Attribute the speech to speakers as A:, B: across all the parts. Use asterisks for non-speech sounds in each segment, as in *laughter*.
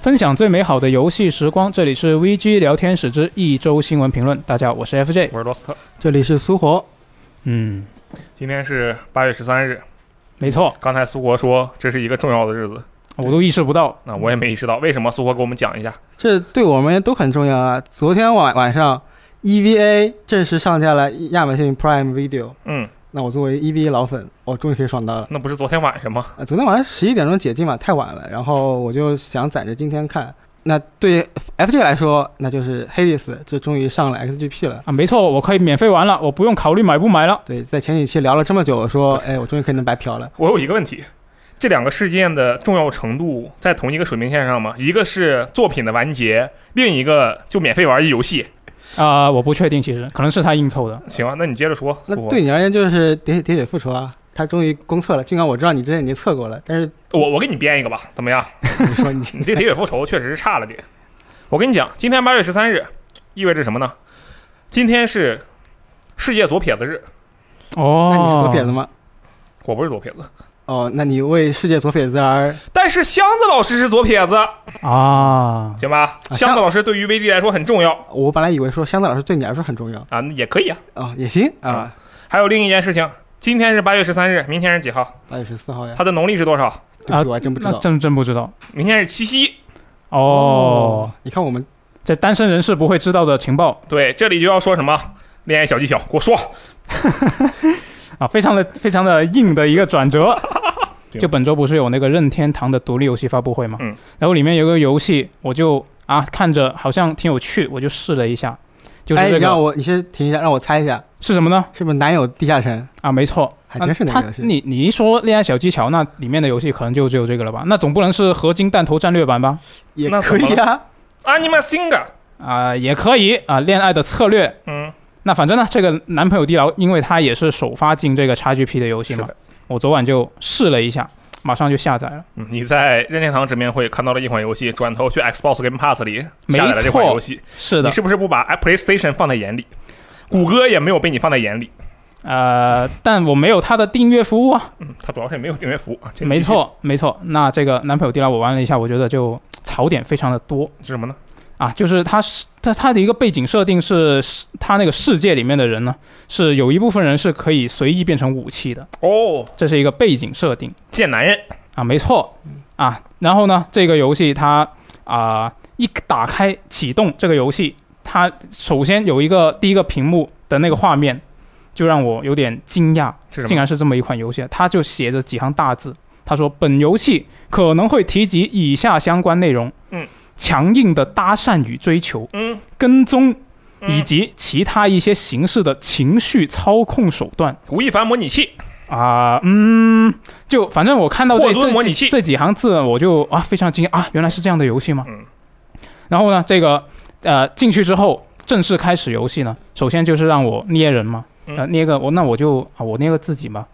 A: 分享最美好的游戏时光，这里是 VG 聊天室之一周新闻评论。大家好，我是 FJ。
B: 我是罗斯特。
C: 这里是苏活，
A: 嗯，
B: 今天是八月十三日，
A: 没错，
B: 刚才苏国说这是一个重要的日子，
A: 嗯我都意识不到。
B: 那我也没意识到，为什么苏国给我们讲一下？
C: 这对我们都很重要啊。昨天晚晚上，EVA 正式上架了亚马逊 Prime Video。
B: 嗯，
C: 那我作为 EVA 老粉，我终于可以爽到了。
B: 那不是昨天晚上吗？
C: 啊，昨天晚上十一点钟解禁嘛，太晚了，然后我就想攒着今天看。那对 FJ 来说，那就是黑历史，这终于上了 XGP 了。
A: 啊，没错，我可以免费玩了，我不用考虑买不买了。
C: 对，在前几期聊了这么久，我说，哎，我终于可以能白嫖了。
B: 我有一个问题，这两个事件的重要程度在同一个水平线上吗？一个是作品的完结，另一个就免费玩一游戏。
A: 啊、我不确定，其实可能是他硬凑的。
B: 行啊，那你接着说。
C: 那
B: 苏国，
C: 对你而言就是喋喋血复仇啊，他终于公测了。尽管我知道你之前已经测过了，但是
B: 我我给你编一个吧，怎么样？
C: *laughs* 你说你
B: 你这《铁血复仇》确实是差了点。我跟你讲，今天八月十三日意味着什么呢？今天是世界左撇子日，
A: 哦，
C: 那你是左撇子吗？
B: 我不是左撇子，
C: 哦，那你为世界左撇子而
B: 但是箱子老师是左撇子。
A: 啊？
B: 行吧，
C: 啊
B: 箱
C: 箱
B: 子老师对于 VG 来说很重要
C: 我本来以为说香子老师对你来说很重要
B: 啊，那也可以啊。
C: 啊、也行啊。
A: 嗯
B: 还有另一件事情，今天是八月十三日，明天是几号？
C: 八月十四
A: 嗯
C: 号呀，
B: 它的农历是多少？
C: 对不起，我还真不知
A: 啊那
C: 道。
A: 真真不知道。
B: 明天是七夕。
A: 哦，，
C: 你看我们
A: 这单身人士不会知道的情报
B: 对，这里就要说什么恋爱小技巧，给我说。
A: 啊，非常的非常的硬的一个转
B: *laughs*
A: 折。
B: 对
A: 就本周不是有那个任天堂的独立游戏发布会嘛？
B: 嗯，
A: 然后里面有个游戏，我就啊看着好像挺有趣，我就试了一下，就是
C: 哎，
A: 这
C: 你让
A: 个
C: 我你先停一下，让我猜一下，
A: 是什么呢？
C: 是不是男友地下城？
A: 啊，没错，啊
C: 还真是那个
A: 它
C: 游戏
A: 你你一说恋爱小技巧，那里面的游戏可能就只有这个了吧？那总不能是合金弹头战略版吧？
C: 也
B: 那
C: 可
B: 怎么
C: 以啊。
B: Anima Singer，
A: 啊、也可以啊、恋爱的策略。
B: 嗯，
A: 那反正呢，这个男朋友地牢，因为它也是首发进这个 XGP 的游戏
B: 是
A: 嘛，
B: 的，
A: 我昨晚就试了一下，马上就下载了。
B: 嗯你在任天堂直面会看到了一款游戏，转头去 Xbox Game Pass 里
A: 没
B: 下载了这款
A: 错
B: 游戏，
A: 是的
B: 你，是不是不把 PlayStation 放在眼里？谷歌也没有被你放在眼里，
A: 呃，但我没有它的订阅服务啊。
B: 嗯，它主要是也没有订阅服务啊。这
A: 没，错，没错。那这个男朋友地牢我玩了一下，我觉得就槽点非常的多。
B: 是什么呢？
A: 啊，就是它是它它的一个背景设定是，是它那个世界里面的人呢，是有一部分人是可以随意变成武器的，
B: 哦，
A: 这是一个背景设定
B: 见男人，
A: 啊，没错啊。然后呢，这个游戏它啊、一打开启动这个游戏，它首先有一个第一个屏幕的那个画面，就让我有点惊讶，
B: 是什
A: 竟
B: 么？
A: 然是这么一款游戏，它就写着几行大字，他说本游戏可能会提及以下相关内容，
B: 嗯，
A: 强硬的搭讪与追求。
B: 嗯，
A: 跟踪
B: 嗯
A: 以及其他一些形式的情绪操控手段
B: 吴亦凡模拟器，
A: 啊、嗯，就反正我看到这
B: 霍尊模拟
A: 这
B: 器
A: 几这几行字，我就啊非常惊讶啊，原来是这样的游戏吗？
B: 嗯
A: 然后呢，这个呃进去之后正式开始游戏呢，首先就是让我捏人嘛，
B: 嗯
A: 呃捏个我那我就啊我捏个自己吧。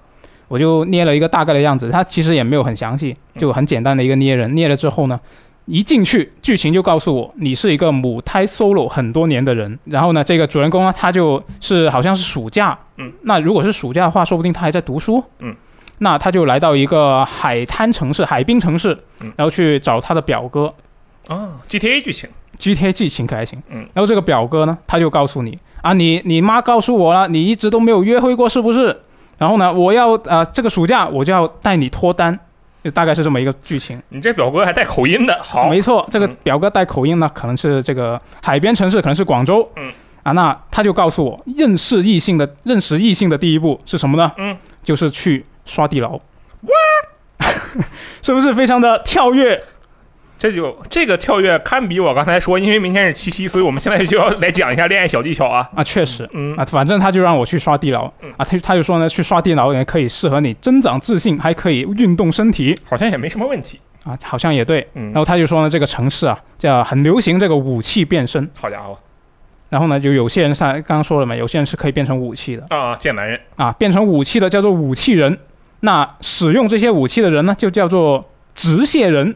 A: 我就捏了一个大概的样子，它其实也没有很详细，
B: 嗯
A: 就很简单的一个捏人。捏了之后呢，一进去剧情就告诉我，你是一个母胎 solo 很多年的人。然后呢，这个主人公呢，他就是好像是暑假，
B: 嗯，
A: 那如果是暑假的话，说不定他还在读书，
B: 嗯，
A: 那他就来到一个海滩城市、海滨城市
B: 嗯，
A: 然后去找他的表哥。
B: 啊，GTA 剧情，
A: GTA 剧情可还行，
B: 嗯，
A: 然后这个表哥呢，他就告诉你啊，你你妈告诉我了，你一直都没有约会过，是不是？然后呢，我要啊、呃这个暑假我就要带你脱单，就大概是这么一个剧情。
B: 你这表哥还带口音的，好，
A: 没错，这个
B: 嗯
A: 表哥带口音呢，可能是这个海边城市，可能是广州。
B: 嗯，
A: 啊，那他就告诉我，认识异性的认识异性的第一步是什么呢？
B: 嗯，
A: 就是去刷地牢。哇， *laughs* 是不是非常的跳跃？
B: 这就这个跳跃堪比我刚才说，因为明天是七夕，所以我们现在就要来讲一下恋爱小技巧啊。
A: 啊，确实。
B: 嗯，
A: 啊，反正他就让我去刷地牢
B: 嗯
A: 啊，他他就说呢，去刷地牢也可以适合你增长自信，还可以运动身体
B: 好像也没什么问题。
A: 啊，好像也对。
B: 嗯
A: 然，后他就说呢，这个城市啊，叫很流行这个武器变身，
B: 好家伙
A: 然后呢，就有些人像刚刚说了嘛，有些人是可以变成武器的
B: 啊，见男人，
A: 啊，变成武器的叫做武器人，那使用这些武器的人呢，就叫做直卸人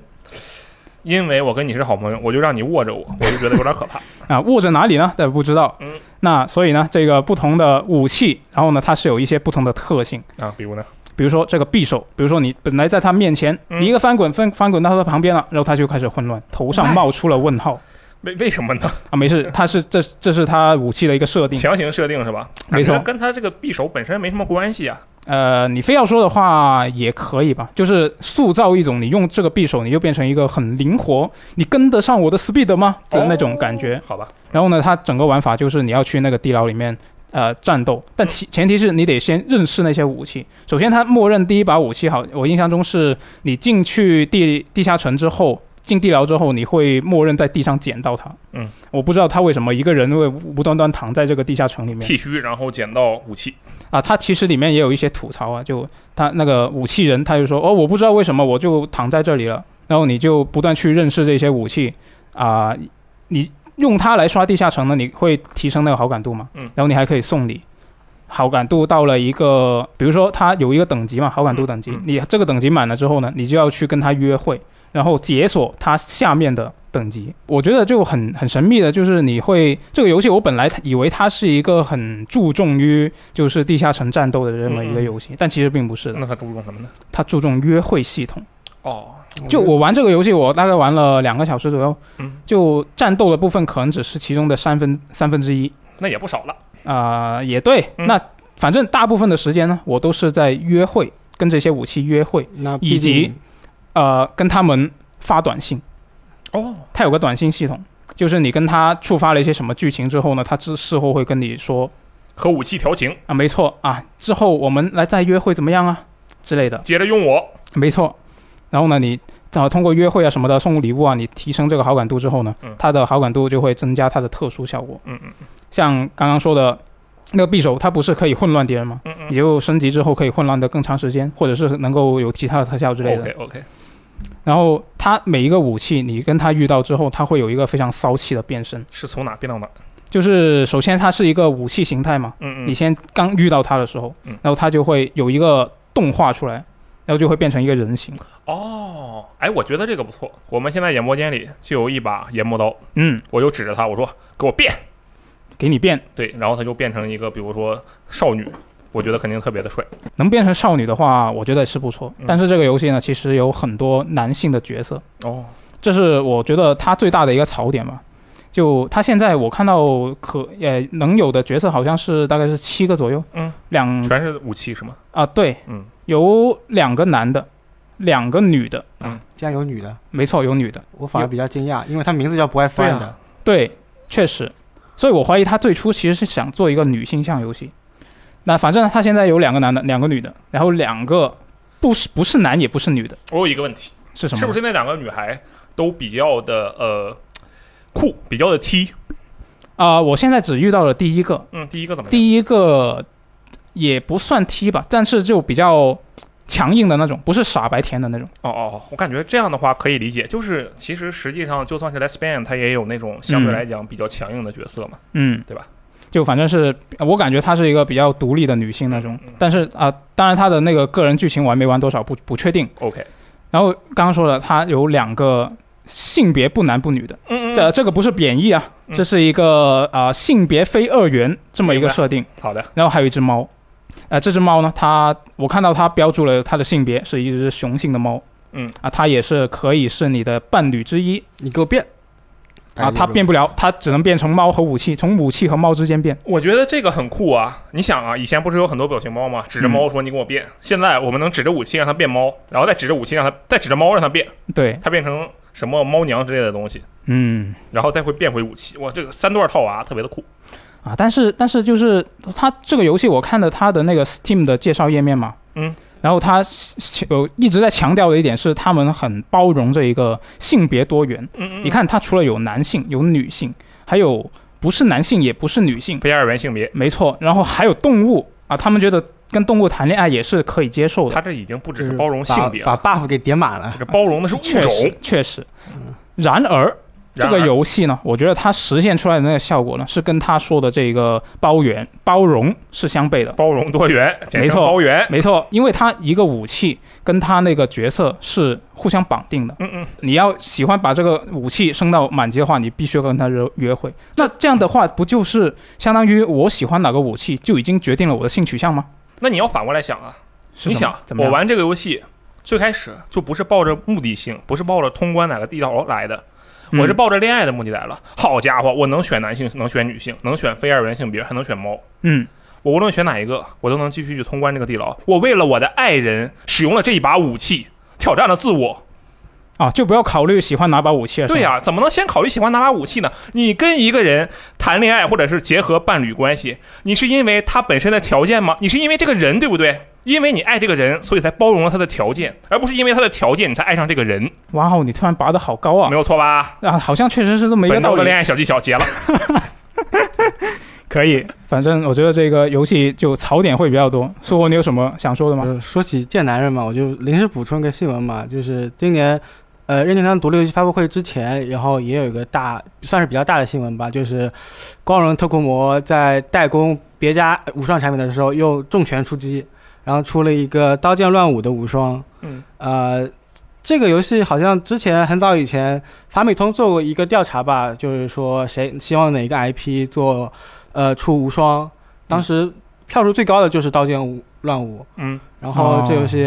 B: 因为我跟你是好朋友，我就让你握着我，我就觉得有点可怕。
A: 啊，握着哪里呢？但不知道。
B: 嗯
A: 那所以呢，这个不同的武器，然后呢，它是有一些不同的特性。
B: 啊，比如呢？
A: 比如说这个匕首，比如说你本来在他面前，
B: 嗯
A: 你一个翻滚翻翻滚到他的旁边了，然后他就开始混乱，头上冒出了问号
B: 为为什么呢？
A: 啊，没
B: *laughs*
A: 事，他是这这是他武器的一个设定。
B: 强行设定是吧？
A: 没错
B: 感觉跟他这个匕首本身没什么关系啊。
A: 呃，你非要说的话也可以吧，就是塑造一种你用这个匕首，你就变成一个很灵活，你跟得上我的 speed 吗的那种感觉。
B: 哦好吧，
A: 然后呢，它整个玩法就是你要去那个地牢里面呃战斗，但前前提是你得先认识那些武器。首先，它默认第一把武器好，我印象中是你进去地地下城之后。进地牢之后，你会默认在地上捡到它。
B: 嗯，
A: 我不知道他为什么一个人会无无端端躺在这个地下城里面。
B: 剃须然后捡到武器，
A: 啊，他其实里面也有一些吐槽啊，就他那个武器人，他就说哦，我不知道为什么我就躺在这里了，然后你就不断去认识这些武器啊、你用它来刷地下城呢，你会提升那个好感度嘛，
B: 嗯
A: 然后你还可以送礼。好感度到了一个，比如说他有一个等级嘛，好感度等级，
B: 嗯嗯
A: 你这个等级满了之后呢，你就要去跟他约会，然后解锁它下面的等级。我觉得就很很神秘的，就是你会这个游戏，我本来以为它是一个很注重于就是地下城战斗的这么一个游戏，
B: 嗯
A: 但其实并不是的，
B: 那他注重什么呢？
A: 它注重约会系统。
B: 哦，
A: 就我玩这个游戏，我大概玩了两个小时左右，
B: 嗯，
A: 就战斗的部分可能只是其中的三分三分之一
B: 那也不少了。
A: 啊、也对。
B: 嗯
A: 那反正大部分的时间呢，我都是在约会，跟这些武器约会，
C: 那
A: 以及呃，跟他们发短信。
B: 哦，
A: 它有个短信系统，就是你跟他触发了一些什么剧情之后呢，他之事后会跟你说
B: 和武器调情，
A: 啊，没错啊，之后我们来再约会怎么样啊之类的，
B: 接着用我。
A: 没错。然后呢，你啊通过约会啊什么的送礼物啊，你提升这个好感度之后呢
B: 嗯，
A: 它的好感度就会增加它的特殊效果。
B: 嗯嗯
A: 像刚刚说的那个匕首，它不是可以混乱敌人吗？
B: 嗯
A: 也
B: 嗯。
A: 就升级之后可以混乱的更长时间，或者是能够有其他的特效之类的
B: OK。OK，
A: 然后它每一个武器，你跟它遇到之后，它会有一个非常骚气的变身。
B: 是从哪变到哪儿？
A: 就是首先它是一个武器形态嘛，
B: 嗯
A: 你
B: 嗯。
A: 先刚遇到它的时候
B: 嗯，
A: 然后它就会有一个动画出来，然后就会变成一个人形。
B: 哦，哎，我觉得这个不错。我们现在演播间里就有一把研磨刀，
A: 嗯，
B: 我就指着它，我说给我变。
A: 给你变，
B: 对，然后它就变成一个，比如说少女，我觉得肯定特别的帅。
A: 能变成少女的话，我觉得是不错
B: 嗯。
A: 但是这个游戏呢，其实有很多男性的角色，
B: 哦，
A: 这是我觉得它最大的一个槽点吧。就它现在我看到可呃能有的角色好像是大概是七个左右，
B: 嗯，
A: 两
B: 全是武器是吗？
A: 啊对，
B: 嗯，
A: 有两个男的，两个女的，
C: 竟然有女的，
A: 没错，有女的。
C: 我反而比较惊讶，因为她名字叫不爱 f
B: 对
C: i
B: 啊
C: n 的，
A: 对，确实，所以我怀疑他最初其实是想做一个女性向游戏。那反正他现在有两个男的，两个女的，然后两个不是不是男也不是女的，
B: 我有一个问题，
A: 是什么？
B: 是不是那两个女孩都比较的呃酷，比较的 T？
A: 啊、我现在只遇到了第一个，
B: 嗯，第一个怎么样？
A: 第一个也不算 T 吧，但是就比较强硬的那种，不是傻白甜的那种。
B: 哦哦，哦我感觉这样的话可以理解，就是其实实际上就算是 Lesbian，它也有那种相对
A: 嗯
B: 来讲比较强硬的角色嘛。
A: 嗯，
B: 对吧？
A: 就反正是我感觉她是一个比较独立的女性那种
B: 嗯嗯，
A: 但是啊、当然她的那个个人剧情我还没玩多少，不不确定。
B: OK，
A: 然后刚刚说了，它有两个性别不男不女的，呃
B: 嗯
A: 这这个不是贬义啊，
B: 嗯
A: 这是一个啊、呃性别非二元这么一
B: 明
A: 个
B: 白
A: 设定。
B: 好的，
A: 然后还有一只猫，呃，这只猫呢，它我看到它标注了它的性别是一只雄性的猫，
B: 嗯
A: 啊，它也是可以是你的伴侣之一
C: 你给我变哎
A: 啊，它变不了，它只能变成猫和武器，从武器和猫之间变。
B: 我觉得这个很酷啊！你想啊，以前不是有很多表情包吗？指着猫说“你给我变”，现在我们能指着武器让它变猫，然后再指着武器让它，再指着猫让它变，
A: 对，
B: 它变成什么猫娘之类的东西，
A: 嗯
B: 然后再会变回武器。哇，这个三段套娃特别的酷。
A: 啊，但是但是就是它这个游戏，我看了它的那个 Steam 的介绍页面嘛，
B: 嗯。
A: 然后它有一直在强调的一点是，他们很包容这一个性别多元，
B: 嗯嗯，
A: 你看，它除了有男性、有女性，还有不是男性也不是女性，
B: 非二元性别，
A: 没错。然后还有动物啊，他们觉得跟动物谈恋爱也是可以接受的
B: 它，这已经不
C: 就
B: 只是包容性别
C: 把
B: 了，
C: 把 buff 给叠满了
B: 这。个包容的是物啊
A: 确
B: 种
A: 实。确实
C: 嗯。
A: 然而，这
B: 然
A: 个
B: 而
A: 游戏呢，我觉得它实现出来的那个效果呢，是跟他说的这个包圆包容是相悖的。
B: 包容多元，简
A: 没
B: 称
A: 错
B: 包圆。
A: 没错，因为它一个武器跟它那个角色是互相绑定的。
B: 嗯嗯，
A: 你要喜欢把这个武器升到满级的话，你必须要跟他约约会。那这样的话，不就是相当于我喜欢哪个武器就已经决定了我的性取向吗？
B: 那你要反过来想啊，
A: 是
B: 你
A: 怎么
B: 想
A: 怎，么
B: 我
A: 样
B: 玩这个游戏最开始就不是抱着目的性，不是抱着通关哪个地道来的，我是
A: 嗯
B: 抱着恋爱的目的来了。好家伙，我能选男性，能选女性，能选非二元性别，还能选猫。
A: 嗯
B: 我无论选哪一个，我都能继续去通关这个地牢。我为了我的爱人使用了这一把武器，挑战了自我。
A: 啊，就不要考虑喜欢哪把武器了。是吧
B: 对、呀、怎么能先考虑喜欢哪把武器呢？你跟一个人谈恋爱，或者是结合伴侣关系，你是因为他本身的条件吗？你是因为这个人，对不对？因为你爱这个人，所以才包容了他的条件，而不是因为他的条件你才爱上这个人，
A: 哇哦，你突然拔得好高啊
B: 没！有错吧？
A: 啊，好像确实是这么一个
B: 本
A: 道
B: 周的
A: 理
B: 恋。爱小技巧结了，
A: 可以，反正我觉得这个游戏就槽点会比较多。苏活，你有什么想说的吗？
C: 呃，说起贱男人嘛，我就临时补充一个新闻嘛，就是今年，呃，任天堂独立游戏发布会之前，然后也有一个大，算是比较大的新闻吧，就是光荣特库摩在代工别家无双产品的时候，又重拳出击，然后出了一个《刀剑乱舞》的无双，
B: 嗯，
C: 呃。这个游戏好像之前很早以前，法米通做过一个调查吧，就是说谁希望哪个 IP 做，呃，出无双。当时票数最高的就是《刀剑舞乱舞》，
B: 嗯，
C: 然后这
A: 哦
C: 游戏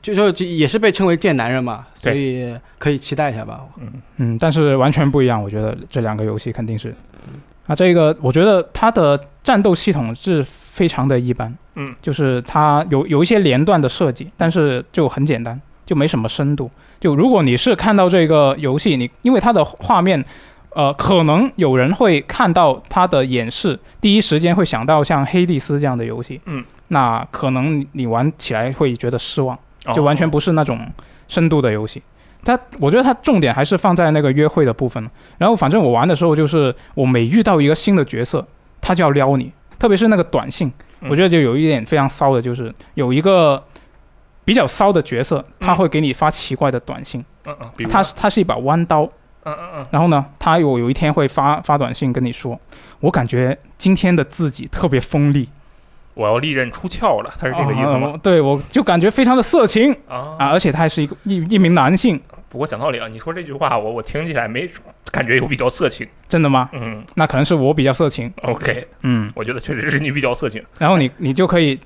C: 就就就也是被称为“贱男人”嘛，所
B: 对
C: 以可以期待一下吧。
A: 嗯，但是完全不一样，我觉得这两个游戏肯定是。啊，这个我觉得它的战斗系统是非常的一般，
B: 嗯，
A: 就是它有有一些连段的设计，但是就很简单，就没什么深度。就如果你是看到这个游戏，你因为它的画面，呃，可能有人会看到它的演示，第一时间会想到像《黑帝斯》这样的游戏，
B: 嗯，
A: 那可能你玩起来会觉得失望。
B: 哦
A: 就完全不是那种深度的游戏。它，我觉得它重点还是放在那个约会的部分。然后，反正我玩的时候，就是我每遇到一个新的角色，他就要撩你，特别是那个短信，
B: 嗯
A: 我觉得就有一点非常骚的，就是有一个比较骚的角色，他会给你发奇怪的短信。
B: 嗯嗯，比如
A: 他
B: 呢
A: 是他是一把弯刀，
B: 嗯嗯嗯，
A: 然后呢，他有有一天会发发短信跟你说，我感觉今天的自己特别锋利，
B: 我要利刃出鞘了，他是这个意思吗？
A: 哦对，我就感觉非常的色情
B: 啊
A: 啊，而且他还是一个一一名男性，
B: 不过讲道理啊，你说这句话，我我听起来没感觉有比较色情。
A: 真的吗？
B: 嗯
A: 那可能是我比较色情，
B: ，OK，
A: 嗯，
B: 我觉得确实是你比较色情。
A: 然后你你就可以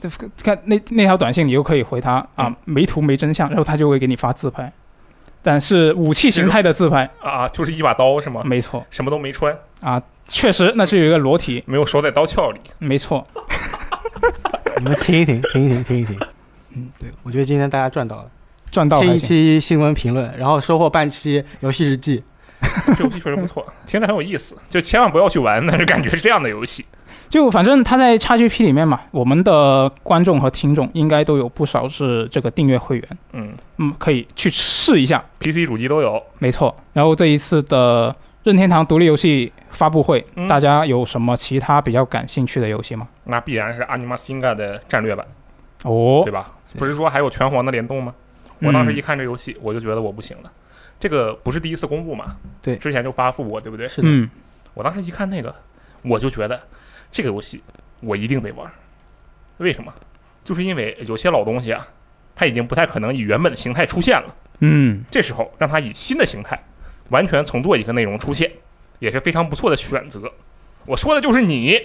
A: 看那那条短信，你就可以回他啊
B: 嗯，
A: 没图没真相，然后他就会给你发自拍，但是武器形态的自拍，
B: 啊，就是一把刀是吗？
A: 没错，
B: 什么都没穿，
A: 确实那是有一个裸体，
B: 没有手在刀鞘里。 *laughs*
A: 没错，
C: 你们听一听，听一听，听一听。 *laughs* 嗯，对，我觉得今天大家赚到了，
A: 赚到
C: 听
A: 还
C: 一
A: 行。
C: 期新闻评论，然后收获半期游戏日记。
B: 这游戏确实不错，听着很有意思，就千万不要去玩，但是感觉是这样的游戏。
A: 就反正他在 XGP 里面嘛，我们的观众和听众应该都有不少是这个订阅会员，
B: 嗯
A: 嗯，可以去试一下，
B: ，PC 主机都有。
A: 没错。然后这一次的任天堂独立游戏发布会，
B: 嗯
A: 大家有什么其他比较感兴趣的游戏吗？
B: 那必然是阿尼玛辛嘎的战略版，
A: 哦
B: 对，吧？
C: 对
B: 不是说还有拳皇的联动吗？我当时
A: 嗯
B: 一看这游戏，我就觉得我不行了。这个不是第一次公布嘛？
C: 对
B: 之前就发布过，对不对？
C: 是的，
A: 嗯，
B: 我当时一看那个，我就觉得这个游戏我一定得玩儿。为什么？就是因为有些老东西啊，它已经不太可能以原本的形态出现了。
A: 嗯
B: 这时候让它以新的形态，完全重做一个内容出现，也是非常不错的选择。我说的就是你，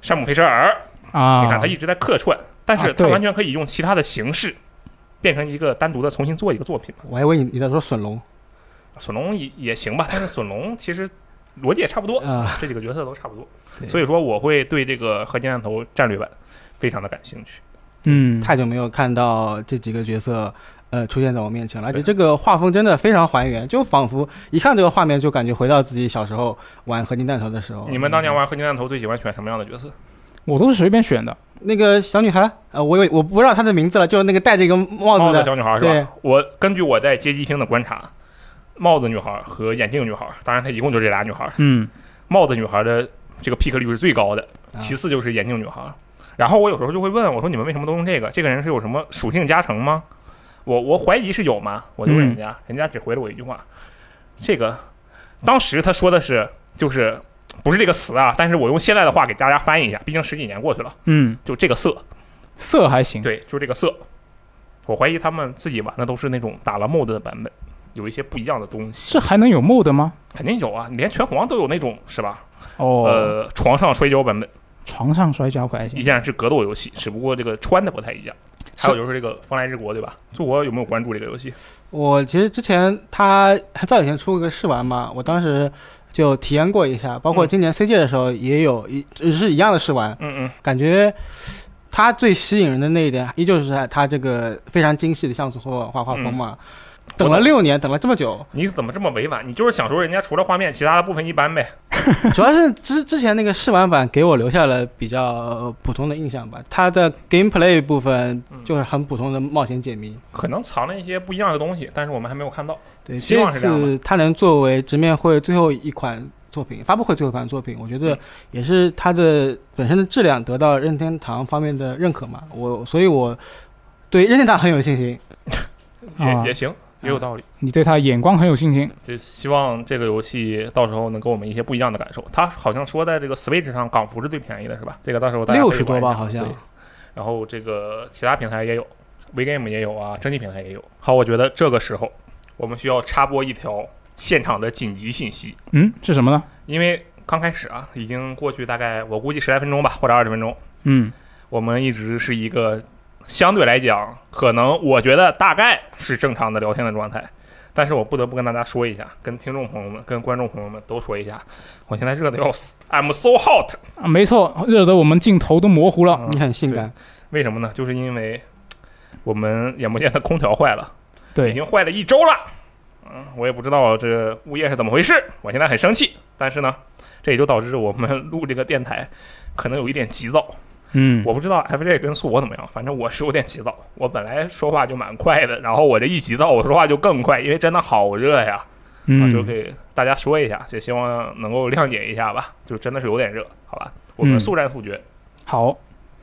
B: 山姆·费舍尔。
A: 啊，
B: 你看他一直在客串，但
A: 啊
B: 是他
A: 对
B: 完全可以用其他的形式，变成一个单独的重新做一个作品。
C: 我还以为你你在说笋龙
B: 笋龙也也行吧，但是笋龙其实逻辑也差不多，
C: 啊，
B: 这几个角色都差不多，
C: 对
B: 所以说我会对这个合金弹头战略版非常的感兴趣。
A: 嗯，
C: 太久没有看到这几个角色。呃，出现在我面前了，而且这个画风真的非常还原，就仿佛一看这个画面就感觉回到自己小时候玩合金弹头的时候。嗯
B: 你们当年玩合金弹头最喜欢选什么样的角色？
A: 我都是随便选的。
C: 那个小女孩，呃，我有我不知道她的名字了，就是那个戴着一个帽
B: 帽
C: 子
B: 子
C: 的，
B: 小女孩是
C: 对
B: 吧？我根据我在街机厅的观察，帽子女孩和眼镜女孩，当然她一共就这俩女孩，
A: 嗯，
B: 帽子女孩的这个 pick 率是最高的，
C: 啊
B: 其次就是眼镜女孩。然后我有时候就会问我说：“你们为什么都用这个？这个人是有什么属性加成吗？”我我怀疑是有吗？我就问人家，人家只回了我一句话：“这个，当时他说的是就是不是这个词啊？但是我用现在的话给大家翻译一下，毕竟十几年过去了，
A: 嗯，
B: 就这个色，
A: 色还行。
B: 对，就是这个色。我怀疑他们自己玩的都是那种打了 mod 的版本，有一些不一样的东西，
A: 这还能有 mod 吗？
B: 肯定有啊，连拳皇都有那种是吧？
A: 哦，
B: 呃，床上摔跤版本。”
A: 床上摔跤可还
B: 依
A: 行。
B: 然是格斗游戏，只不过这个穿的不太一样。还有就是这个《风来之国》，对吧？柱国有没有关注这个游戏？
C: 我其实之前它很早以前出过个试玩嘛，我当时就体验过一下，包括
B: 嗯
C: 今年 CG 的时候也有一、是一样的试玩，
B: 嗯嗯，，
C: 感觉它最吸引人的那一点，依旧是它这个非常精细的像素画画画风嘛。等了六年，等了这么久
B: 你怎么这么委婉？你就是想说人家除了画面，其他的部分一般呗？
C: 主要是之之前那个试玩版给我留下了比较呃普通的印象吧。它的 gameplay 部分就是很普通的冒险解谜。
B: 可能藏了一些不一样的东西，但是我们还没有看到。
C: 对，
B: 希
C: 这
B: 望是这样吧
C: 次它能作为直面会最后一款作品，发布会最后一款作品，我觉得
B: 嗯
C: 也是它的本身的质量得到任天堂方面的认可嘛。我所以，我对任天堂很有信心。
A: 啊
B: 也也行，也有道理。
A: 你对他眼光很有信心，
B: 就希望这个游戏到时候能给我们一些不一样的感受。他好像说在这个 Switch 上港服是最便宜的，是吧？这个到时候大家可以
C: 60多吧
B: 玩一下
C: 好像
B: 对然后这个其他平台也有，WeGame 也有啊，蒸汽平台也有。好，我觉得这个时候我们需要插播一条现场的紧急信息，
A: 嗯，是什么呢？
B: 因为刚开始啊，已经过去大概我估计十来分钟吧，或者二十分钟，
A: 嗯，
B: 我们一直是一个相对来讲，可能我觉得大概是正常的聊天的状态。但是我不得不跟大家说一下，跟听众朋友们、跟观众朋友们都说一下，我现在热的要死，I'm so hot。
A: 啊没错，热得我们镜头都模糊了。
B: 嗯
C: 你很性感，
B: 为什么呢？就是因为我们眼不见的空调坏了，已
A: 对，
B: 经坏了一周了。嗯，我也不知道这物业是怎么回事，我现在很生气。但是呢，这也就导致我们录这个电台可能有一点急躁。
A: 嗯，
B: 我不知啊道 FJ 跟素我怎么样，反正我是有点急躁。我本来说话就蛮快的，然后我这一急躁，我说话就更快，因为真的好热呀。啊
A: 嗯，
B: 就给大家说一下，也希望能够谅解一下吧。就真的是有点热，好吧？我们
A: 嗯
B: 速战速决。
A: 好，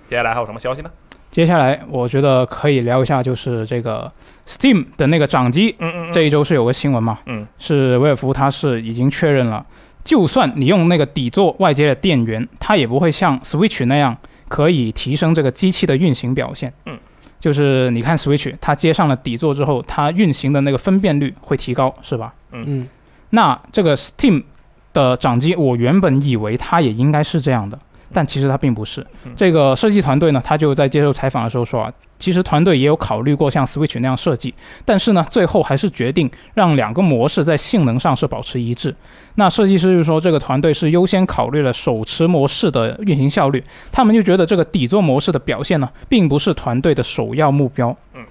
B: 接下来还有什么消息呢？
A: 接下来我觉得可以聊一下，就是这个 Steam 的那个掌机，
B: 嗯嗯嗯，
A: 这一周是有个新闻嘛，
B: 嗯，
A: 是威尔福他是已经确认了，就算你用那个底座外接的电源，它也不会像 Switch 那样可以提升这个机器的运行表现。
B: 嗯，
A: 就是你看 Switch 它接上了底座之后，它运行的那个分辨率会提高，是吧？
C: 嗯，
A: 那这个 Steam 的掌机，我原本以为它也应该是这样的，但其实它并不是
B: 嗯。
A: 这个设计团队呢，他就在接受采访的时候说啊，其实团队也有考虑过像 Switch 那样设计，但是呢，最后还是决定让两个模式在性能上是保持一致。那设计师就说，这个团队是优先考虑了手持模式的运行效率，他们就觉得这个底座模式的表现呢，并不是团队的首要目标。
B: 嗯，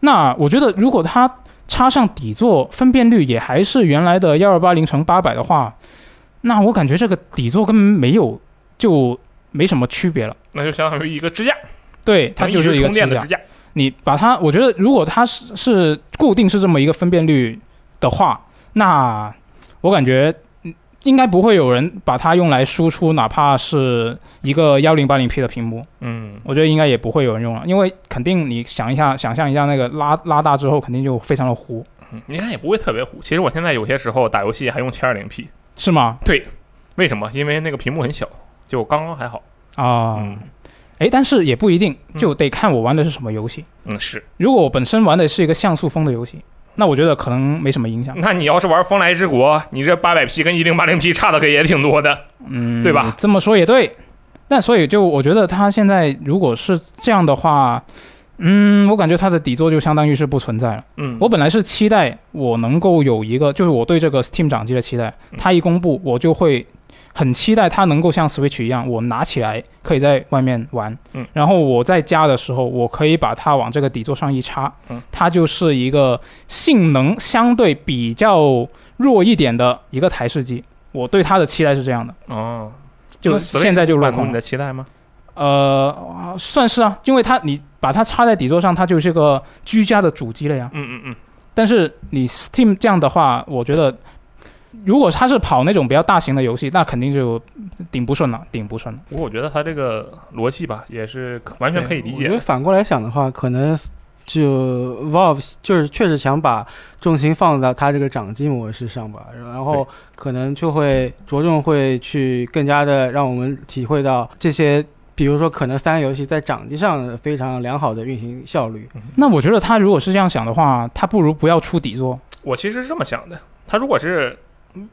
A: 那我觉得如果它插上底座分辨率也还是原来的幺二八零乘八百的话，那我感觉这个底座根本没有就没什么区别了。
B: 那就相当于一个支架，
A: 对，它就
B: 能
A: 是
B: 一
A: 一
B: 直
A: 个
B: 充电
A: 支
B: 的
A: 架
B: 支。架。
A: 你把它，我觉得如果它是是固定是这么一个分辨率的话，那我感觉嗯应该不会有人把它用来输出，哪怕是一个幺零八零 P 的屏幕，
B: 嗯，
A: 我觉得应该也不会有人用了，因为肯定你想一下，想象一下那个拉拉大之后，肯定就非常的糊，
B: 嗯你看也不会特别糊。其实我现在有些时候打游戏还用 720P，
A: 是吗？
B: 对，为什么？因为那个屏幕很小，就刚刚还好。
A: 啊、
B: 嗯
A: 哎，但是也不一定，
B: 嗯
A: 就得看我玩的是什么游戏。
B: 嗯，是。
A: 如果我本身玩的是一个像素风的游戏，那我觉得可能没什么影响，
B: *laughs* 那你要是玩《风来之国》，你这 800P 跟 1080P 差的可也挺多的。
A: 嗯，
B: 对吧
A: 这么说也对。那所以就我觉得它现在如果是这样的话，嗯，我感觉它的底座就相当于是不存在了。
B: 嗯，
A: 我本来是期待我能够有一个，就是我对这个 Steam 掌机的期待
B: 嗯，
A: 它一公布我就会很期待它能够像 Switch 一样，我拿起来可以在外面玩，
B: 嗯
A: 然后我在家的时候，我可以把它往这个底座上一插
B: 嗯，
A: 它就是一个性能相对比较弱一点的一个台式机。我对它的期待是这样的，
B: 哦，
A: 就
B: 那 Switch
A: 现在就落
B: 满足你
A: 空了
B: 的。期待吗？
A: 呃，算是啊，因为它你把它插在底座上，它就是个居家的主机了呀。
B: 嗯嗯嗯。
A: 但是你 Steam 这样的话，我觉得如果它是跑那种比较大型的游戏，那肯定就顶不顺了，顶不顺了。
B: 不过我觉得他这个逻辑吧，也是完全可以理
C: 我觉得
B: 解。
C: 反过来想的话，可能就 Valve 就是确实想把重心放到它这个掌机模式上吧，然后可能就会着重会去更加的让我们体会到这些。比如说，可能三 A 游戏在掌机上的非常良好的运行效率，
B: 嗯
A: 那我觉得他如果是这样想的话，他不如不要出底座。
B: 我其实是这么想的，他如果是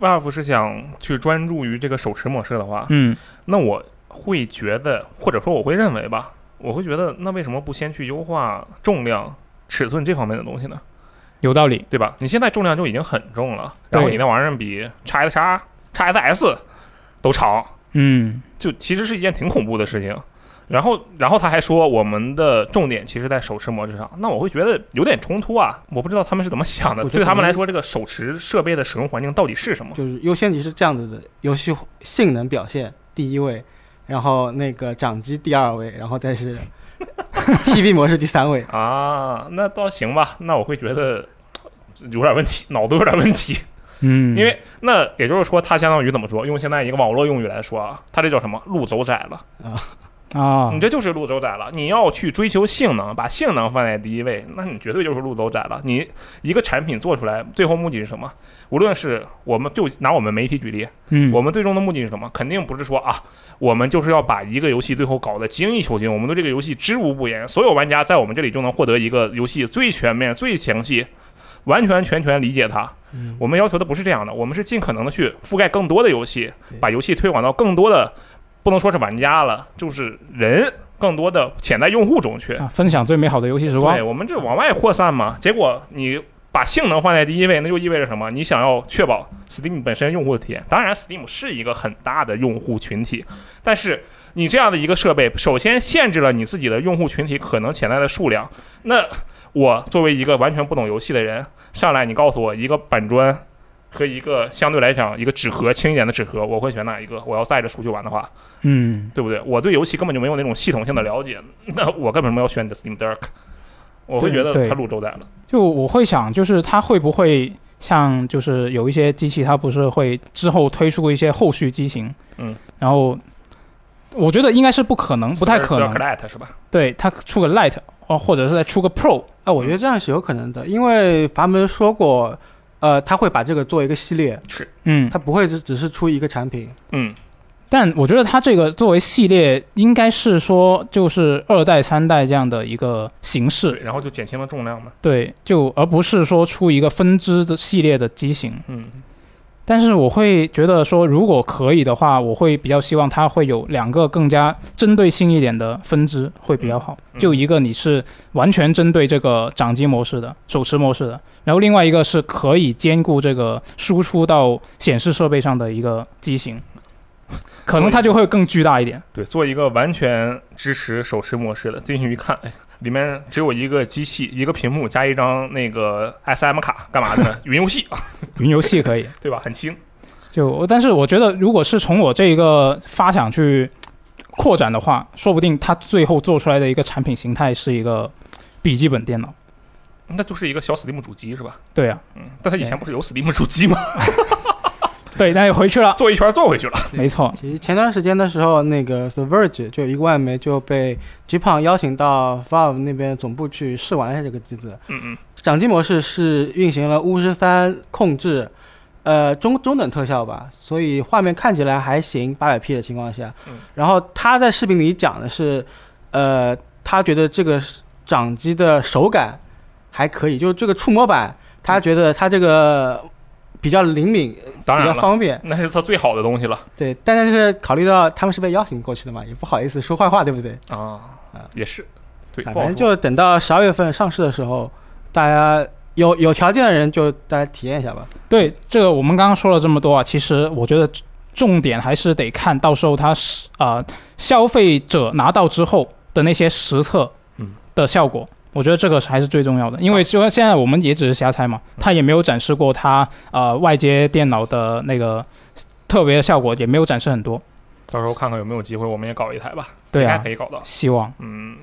B: Valve 是想去专注于这个手持模式的话，
A: 嗯
B: 那我会觉得，或者说我会认为吧，我会觉得那为什么不先去优化重量、尺寸这方面的东西呢？
A: 有道理。
B: 对吧？你现在重量就已经很重了，然后
A: 对
B: 你那玩意儿比 x S r x S S 都长，
A: 嗯，
B: 就其实是一件挺恐怖的事情。然后，然后他还说我们的重点其实在手持模式上，那我会觉得有点冲突啊！我不知道他们是怎么想的，
C: 我觉得
B: 对他
C: 可
B: 们
C: 能
B: 来说，这个手持设备的使用环境到底是什么？
C: 就是优先级是这样子的：游戏性能表现第一位，然后那个掌机第二位，然后再是 *laughs* TV 模式第三位。
B: 啊，那倒行吧，那我会觉得有点问题，脑子有点问题。
A: 嗯，
B: 因为那也就是说，它相当于怎么说？用现在一个网络用语来说啊，它这叫什么？路走窄了，
A: 啊
B: 你，这就是路走窄了。你要去追求性能，把性能放在第一位，那你绝对就是路走窄了。你一个产品做出来，最后目的是什么？无论是我们就拿我们媒体举例，
A: 嗯，
B: 我们最终的目的是什么？肯定不是说啊，我们就是要把一个游戏最后搞得精益求精，我们对这个游戏知无不言，所有玩家在我们这里就能获得一个游戏最全面、最详细、完全全全理解它。
C: 嗯，
B: 我们要求的不是这样的，我们是尽可能的去覆盖更多的游戏
C: 对，
B: 把游戏推广到更多的，不能说是玩家了，就是人更多的潜在用户中去。
A: 啊，分享最美好的游戏时光
B: 对，。我们这往外扩散嘛。结果你把性能放在第一位，那就意味着什么？你想要确保 Steam 本身用户的体验。当然，Steam 是一个很大的用户群体，但是你这样的一个设备，首先限制了你自己的用户群体可能潜在的数量。那我作为一个完全不懂游戏的人，上来你告诉我一个板砖。和一个相对来讲一个纸盒轻一点的纸盒，我会选哪一个？我要带着出去玩的话，
A: 嗯，
B: 对不对？我对游戏根本就没有那种系统性的了解， *laughs* 那我干什么要选你的 Steam Deck？我会觉得
A: 对对
B: 它路周窄了。
A: 就我会想，就是它会不会像就是有一些机器，它不是会之后推出一些后续机型，
B: 嗯，
A: 然后我觉得应该是不可能，不太可
B: Steam
A: 能，
B: Deck Lite 是吧？
A: 对，它出个 Lite 哦，或者是再出个 Pro，
C: 啊，我觉得这样是有可能的，因为阀门说过，呃，他会把这个做一个系列，
A: 嗯，
C: 他不会只只是出一个产品。
B: 嗯，
A: 但我觉得它这个作为系列，应该是说就是二代、三代这样的一个形
B: 对，
A: 式，
B: 然后就减轻了重量嘛。
A: 对，就而不是说出一个分支的系列的机型。
B: 嗯，
A: 但是我会觉得说，如果可以的话，我会比较希望它会有两个更加针对性一点的分支会比较好。
B: 嗯
A: 就一个你是完全针对这个掌机模式的、手持模式的，然后另外一个是可以兼顾这个输出到显示设备上的一个机型，可能它就会更巨大一点。
B: 对，做一个完全支持手持模式的，进去一看，哎，里面只有一个机器、一个屏幕加一张那个 SM 卡，干嘛的呢？云游戏，啊
A: 云游戏可以，
B: 对吧？很轻。
A: 就但是我觉得，如果是从我这一个发想去扩展的话，说不定它最后做出来的一个产品形态是一个笔记本电脑。
B: 那就是一个小 Steam 主机是吧？
A: 对啊，
B: 嗯，但它以前不是有 Steam 主机吗？ *laughs*
A: 对，那就回去了，
B: 做一圈做回去了。
A: 没错，
C: 其实前段时间的时候，那个 The Verge 就有一个外媒就被 G 胖邀请到 Valve 那边总部去试玩一下这个机子。
B: 嗯嗯，
C: 掌机模式是运行了巫师三控制，呃中中等特效吧，所以画面看起来还行，八百 P 的情况下
B: 嗯。
C: 然后他在视频里讲的是，呃，他觉得这个掌机的手感还可以，就是这个触摸板，他觉得他这个比较灵敏，
B: 嗯当
C: 比较
B: 然了，
C: 方便。
B: 那是它最好的东西了
C: 对，但是考虑到他们是被邀请过去的嘛，也不好意思说坏话，对不对？
B: 啊
C: 啊，
B: 也是。对，
C: 反
B: 不好
C: 正
B: 说
C: 就等到十二月份上市的时候，大家有有条件的人就大家体验一下吧。
A: 对这个我们刚刚说了这么多啊，其实我觉得重点还是得看到时候它是啊、消费者拿到之后的那些实测
B: 嗯
A: 的效果。我觉得这个是还是最重要的，因为说现在我们也只是瞎猜嘛，它也没有展示过它呃外接电脑的那个特别的效果，也没有展示很多。
B: 到时候看看有没有机会，我们也搞一台吧。
A: 对
B: 应该
A: 啊
B: 可，以搞到。
A: 希望。
B: 嗯，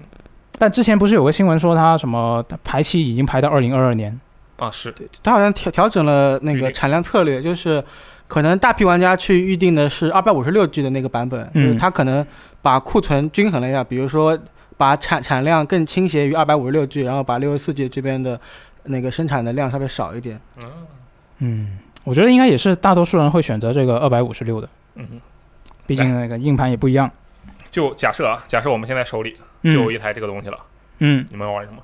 A: 但之前不是有个新闻说它什么排期已经排到二零二二年？
B: 啊是，
C: 它好像调调整了那
B: 预
C: 个
B: 定
C: 产量策略，就是可能大批玩家去预定的是二百五十六 G 的那个版本，就是
A: 嗯
C: 它可能把库存均衡了一下，比如说把产产量更倾斜于二百五十六 G，然后把六十四 G 这边的那个生产的量稍微少一点。
B: 嗯
A: 嗯，我觉得应该也是大多数人会选择这个二百五十六的，
B: 嗯哼。
A: 毕竟那个硬盘也不一样。
B: 就假设啊，假设我们现在手里就有
A: 嗯
B: 一台这个东西了，
A: 嗯，
B: 你们要玩什么？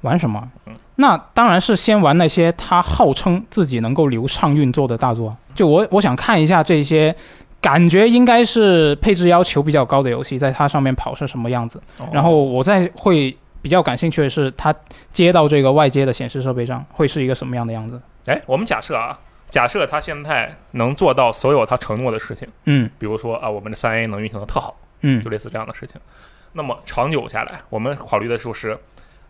A: 玩什么
B: 嗯？
A: 那当然是先玩那些他号称自己能够流畅运作的大作啊。就我我想看一下这些感觉应该是配置要求比较高的游戏，在它上面跑是什么样子。哦
B: 哦
A: 然后我再会比较感兴趣的是，它接到这个外接的显示设备上会是一个什么样的样子。
B: 哎，我们假设啊，假设他现在能做到所有他承诺的事情，
A: 嗯
B: 比如说啊，我们的三 A 能运行的特好，
A: 嗯
B: 就类似这样的事情。那么长久下来，我们考虑的就是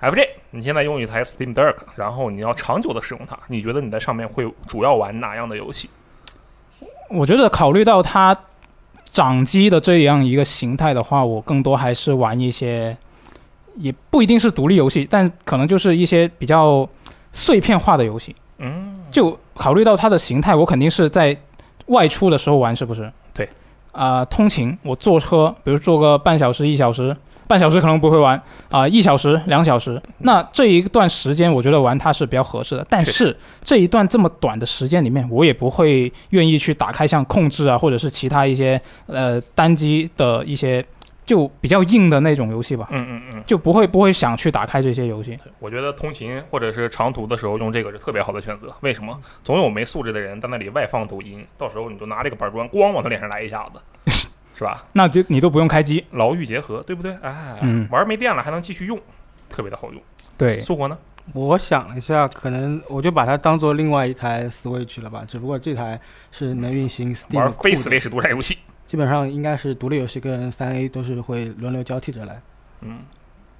B: ，FJ，你现在用一台 Steam Deck，然后你要长久的使用它，你觉得你在上面会主要玩哪样的游戏？
A: 我觉得考虑到它掌机的这样一个形态的话，我更多还是玩一些，也不一定是独立游戏，但可能就是一些比较碎片化的游戏。
B: 嗯，
A: 就考虑到它的形态，我肯定是在外出的时候玩，是不是？
B: 对。
A: 啊、通勤我坐车，比如坐个半小时、一小时，半小时可能不会玩啊、一小时、两小时，那这一段时间我觉得玩它是比较合适的。但
B: 确
A: 是这一段这么短的时间里面，我也不会愿意去打开像控制啊，或者是其他一些呃单机的一些就比较硬的那种游戏吧，
B: 嗯嗯嗯，
A: 就不会不会想去打开这些游戏。
B: 我觉得通勤或者是长途的时候用这个是特别好的选择。为什么？总有没素质的人在那里外放抖音，到时候你就拿这个板砖咣往他脸上来一下
A: *laughs*
B: 子，是吧？
A: 那就你都不用开机。
B: 劳逸结合，对不对？哎，
A: 嗯
B: 玩没电了还能继续用，特别的好用。
A: 对，
B: 苏活呢？
C: 我想了一下，可能我就把它当做另外一台 Switch 了吧，只不过这台是能运行 Steam
B: 玩
C: 的库
B: 非
C: 的
B: Switch 独占游戏，
C: 基本上应该是独立游戏跟三 A 都是会轮流交替着来。
B: 嗯，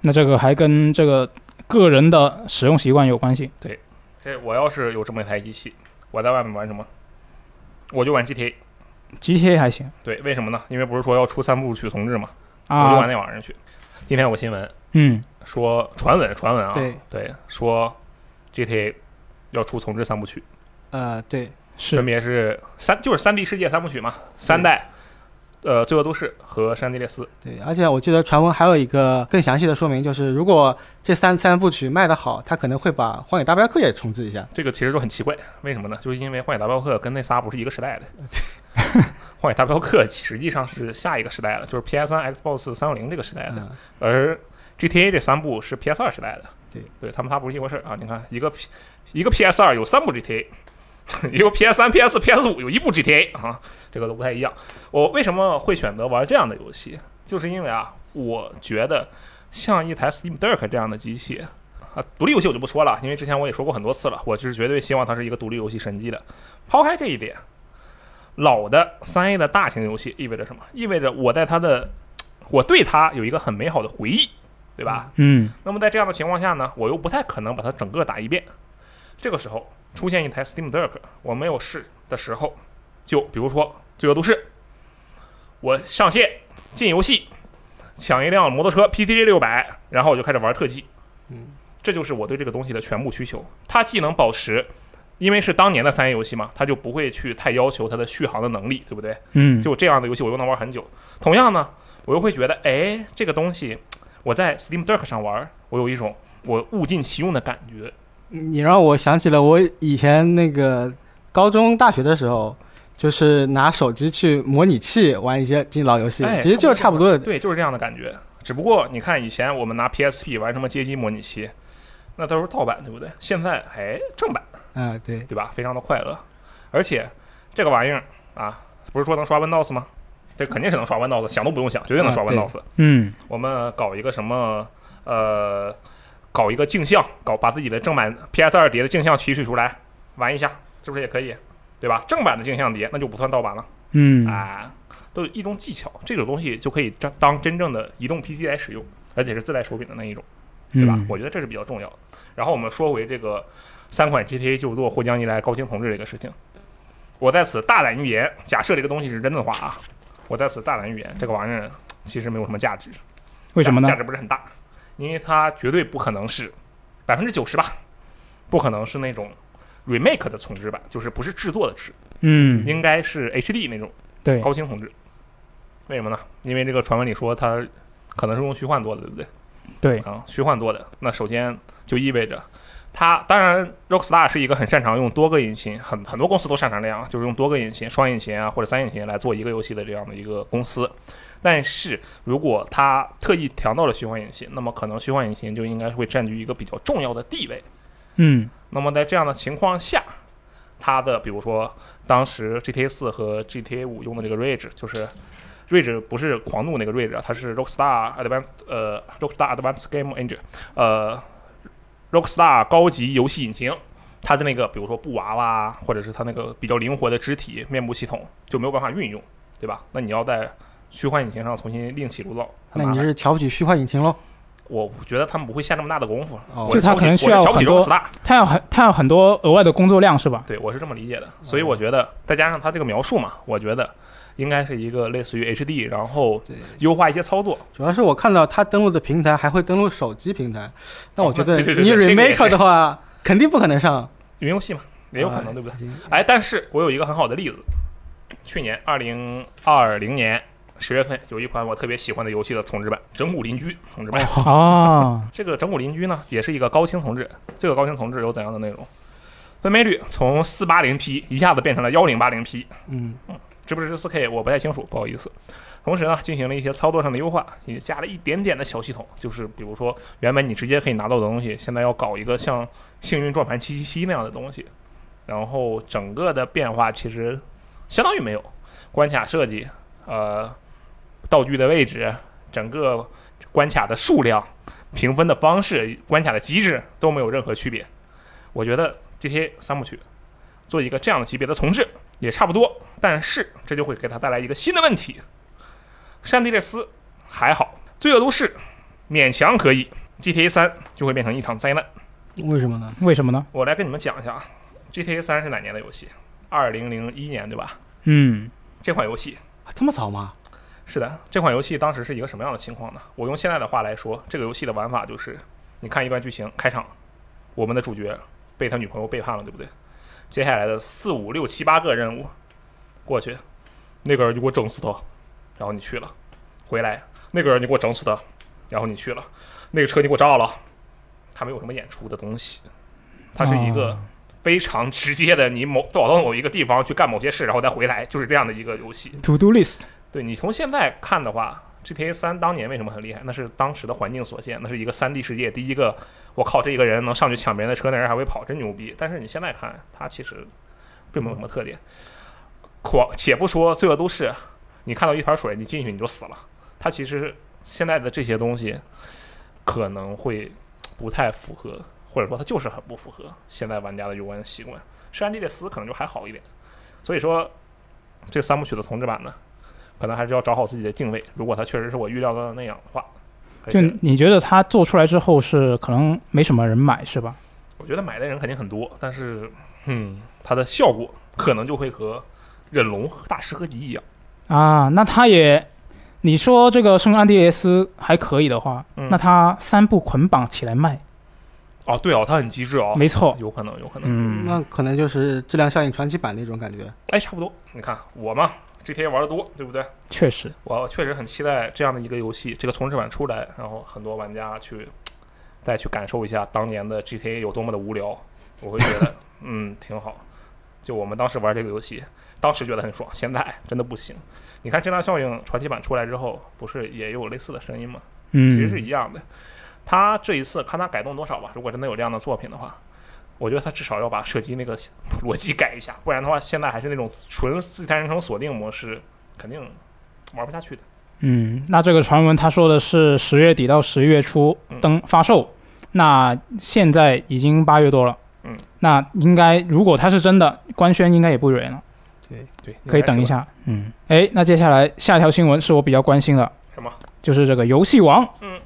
A: 那这个还跟这个个人的使用习惯有关系。
B: 这我要是有这么一台机器，我在外面玩什么？我就玩 GTA。
A: GTA 还行
B: 对，为什么呢？因为不是说要出三部曲重置嘛，我就玩
A: 啊，
B: 那玩意儿去。今天有个新闻
A: 嗯，
B: 说，传闻传闻啊，
C: 对，
B: 说 GTA 要出重置三部曲，
C: 呃，对，
B: 分
A: 是
B: 别是三就是三 D 世界三部曲嘛，三代，呃，罪恶都市和山地列斯。
C: 对，而且我记得传闻还有一个更详细的说明，就是如果这三三部曲卖得好，他可能会把《荒野大镖客》也重置一下。
B: 这个其实就很奇怪，为什么呢？就是因为《荒野大镖客》跟那仨不是一个时代的，《荒野大镖客》实际上是下一个时代了，就是 PS 三、Xbox 三六零这个时代的，
C: 嗯，
B: 而 GTA 这三部是 PS 二时代的。
C: 对，
B: 对他们仨不是一回事儿啊！你看，一个 P 一个 PS 二有三部 GTA，一 *laughs* 个 PS 三、PS 四、PS 五有一部 GTA 啊，这个都不太一样。我为什么会选择玩这样的游戏？就是因为啊，我觉得像一台 Steam Deck 这样的机器。啊，独立游戏我就不说了，因为之前我也说过很多次了，我是绝对希望它是一个独立游戏神机的。抛开这一点，老的三 A 的大型游戏意味着什么？意味着我在它的，我对它有一个很美好的回忆，对吧？
A: 嗯
B: 那么在这样的情况下呢，我又不太可能把它整个打一遍。这个时候出现一台 Steam Deck，我没有试的时候，就比如说《罪恶都市》，我上线进游戏，抢一辆摩托车 PTG 六百，然后我就开始玩特技。
C: 嗯，
B: 这就是我对这个东西的全部需求。它既能保持，因为是当年的三 A 游戏嘛，它就不会去太要求它的续航的能力，对不对？
A: 嗯，
B: 就这样的游戏我又能玩很久。同样呢，我又会觉得，哎，这个东西我在 Steam Deck 上玩，我有一种我物尽其用的感觉。
C: 你让我想起了我以前那个高中、大学的时候，就是拿手机去模拟器玩一些金老游戏，
B: 哎
C: 其实就是差不多的。
B: 对，就是这样的感觉。只不过你看，以前我们拿 PSP 玩什么街机模拟器，那都是盗版，对不对？现在哎，正版，
C: 嗯，对，
B: 对吧？非常的快乐。而且这个玩意儿啊，不是说能刷 Windows 吗？这肯定是能刷 Windows，想都不用想，绝对能刷
C: 啊对
B: Windows。
A: 嗯
B: 我们搞一个什么呃，搞一个镜像，搞把自己的正版 PS 二碟的镜像提取出来玩一下，是不是也可以？对吧？正版的镜像碟那就不算盗版了
A: 嗯
B: 啊，都有一种技巧，这种东西就可以当当真正的移动 PC 来使用，而且是自带手柄的那一种，对吧？
A: 嗯
B: 我觉得这是比较重要的。然后我们说回这个三款 GTA 就作或将迎来高清重置这个事情，我在此大胆预言，假设这个东西是真的话啊，我在此大胆预言，这个玩意儿其实没有什么价值。
A: 为什么呢
B: 价？值不是很大，因为它绝对不可能是百分之九十吧，不可能是那种 remake 的重置版，就是不是制作的制，
A: 嗯，
B: 应该是 HD 那种
A: 对，
B: 高清重置。为什么呢？因为这个传闻里说它可能是用虚幻做的，对不对？
A: 对
B: 啊，虚幻做的，那首先就意味着它当然 Rockstar 是一个很擅长用多个引擎，很很多公司都擅长这样，啊就是用多个引擎、双引擎啊或者三引擎来做一个游戏的这样的一个公司。但是如果它特意强调了虚幻引擎，那么可能虚幻引擎就应该会占据一个比较重要的地位。
A: 嗯
B: 那么在这样的情况下，它的比如说当时 GTA 四和 GTA 五用的这个 Rage，就是。Rage 不是狂怒那个 Rage，啊它是 Rockstar Advanced 呃 Rockstar Advanced Game Engine 呃 Rockstar 高级游戏引擎，它的那个比如说布娃娃，或者是它那个比较灵活的肢体面部系统就没有办法运用，对吧？那你要在虚幻引擎上重新另起炉灶，很
C: 那
B: 麻
C: 你
B: 烦
C: 是瞧不起虚幻引擎喽？
B: 我觉得他们不会下那么大的功夫，
C: 哦
B: 我
A: 就他
B: 瞧不
A: 可能
B: 起
A: 需
B: 我
A: 要
B: 是瞧不起
A: 很多
B: Rockstar，
A: 他要很他要很多额外的工作量是
B: *laughs*
A: 吧？
B: 对我是这么理解的，所以我觉得再加上他这个描述嘛，我觉得应该是一个类似于 HD，然后
C: 对
B: 优化一些操作，
C: 主要是我看到它登录的平台还会登录手机平台，但我觉得
B: 哎对对对
C: 你
B: 对这个也
C: remake
B: 是
C: 的话，肯定不可能上，啊
B: 云游戏嘛，也有可能，对不对？
C: 对？
B: 哎，但是我有一个很好的例子，去年二零二零年十月份有一款我特别喜欢的游戏的重置版《整蛊邻居》重置版。
A: 哦，
B: 这个《整蛊邻居》呢，也是一个高清重置。这个高清重置有怎样的内容？分辨率从四八零 P 一下子变成了幺零八零 P，
C: 嗯，
B: 支不支持 4K 我不太清楚，不好意思。同时呢，进行了一些操作上的优化，也加了一点点的小系统，就是比如说原本你直接可以拿到的东西，现在要搞一个像幸运转盘七七七那样的东西。然后整个的变化其实相当于没有，关卡设计，呃，道具的位置，整个关卡的数量、评分的方式、关卡的机制都没有任何区别。我觉得这些三部曲做一个这样的级别的重置也差不多，但是这就会给他带来一个新的问题。山地列斯还好，罪恶都市勉强可以，GTA 三就会变成一场灾难。
C: 为什么呢？
A: 为什么呢？
B: 我来跟你们讲一下啊，GTA 三是哪年的游戏？二零零一年对吧？
A: 嗯，
B: 这款游戏
C: 啊这么早吗？
B: 是的，这款游戏当时是一个什么样的情况呢？我用现在的话来说，这个游戏的玩法就是，你看一段剧情，开场，我们的主角被他女朋友背叛了，对不对？接下来的四五六七八个任务过去，那个人就给我整死他，然后你去了，回来，那个人就给我整死他，然后你去了，那个车你给我炸了，他没有什么演出的东西，它是一个
A: 哦
B: 非常直接的，你某跑到某一个地方去干某些事，然后再回来，就是这样的一个游戏。
A: To Do List
B: 对你从现在看的话，GTA 三当年为什么很厉害？那是当时的环境所限，那是一个三 D 世界。第一个，我靠，这一个人能上去抢别人的车，那人还会跑，真牛逼。但是你现在看，它其实并没有什么特点。狂，且不说罪恶都市，你看到一团水，你进去你就死了。它其实现在的这些东西可能会不太符合，或者说它就是很不符合现在玩家的游玩习惯。山地的斯可能就还好一点，所以说这三部曲的重置版呢，可能还是要找好自己的定位。如果它确实是我预料到的那样的话，而
A: 就
B: 且
A: 你觉得它做出来之后是可能没什么人买是吧？
B: 我觉得买的人肯定很多，但是嗯，它的效果可能就会和忍龙大师合集一样。
A: 啊，那它也，你说这个圣安地列斯还可以的话，
B: 嗯
A: 那它三部捆绑起来卖，
B: 哦，对哦，它很机智哦，
A: 没错，
B: 有可能，有可能。
A: 嗯，
C: 那可能就是质量效应传奇版那种感觉。
B: 哎，差不多。你看我嘛，GTA 玩的多，对不对？
A: 确实，
B: 我确实很期待这样的一个游戏，这个重置版出来，然后很多玩家去再去感受一下当年的 GTA 有多么的无聊。我会
A: *laughs*
B: 觉得，嗯，挺好。就我们当时玩这个游戏，当时觉得很爽，现在真的不行。你看《质量效应》传奇版出来之后，不是也有类似的声音吗？
A: 嗯，
B: 其实是一样的。他这一次看他改动多少吧，如果真的有这样的作品的话，我觉得他至少要把射击那个逻辑改一下，不然的话，现在还是那种纯第三人称锁定模式，肯定玩不下去的。
A: 嗯，那这个传闻他说的是十月底到十一月初登发售，那现在已经八月多了，
B: 嗯，
A: 那应该如果它是真的，官宣应该也不远了，
C: 对，
B: 对，
A: 可以
B: 应该是
A: 等一
B: 吧。
A: 下，嗯，哎，那接下来下一条新闻是我比较关心的，
B: 什么？
A: 就是这个游戏王，
B: 嗯，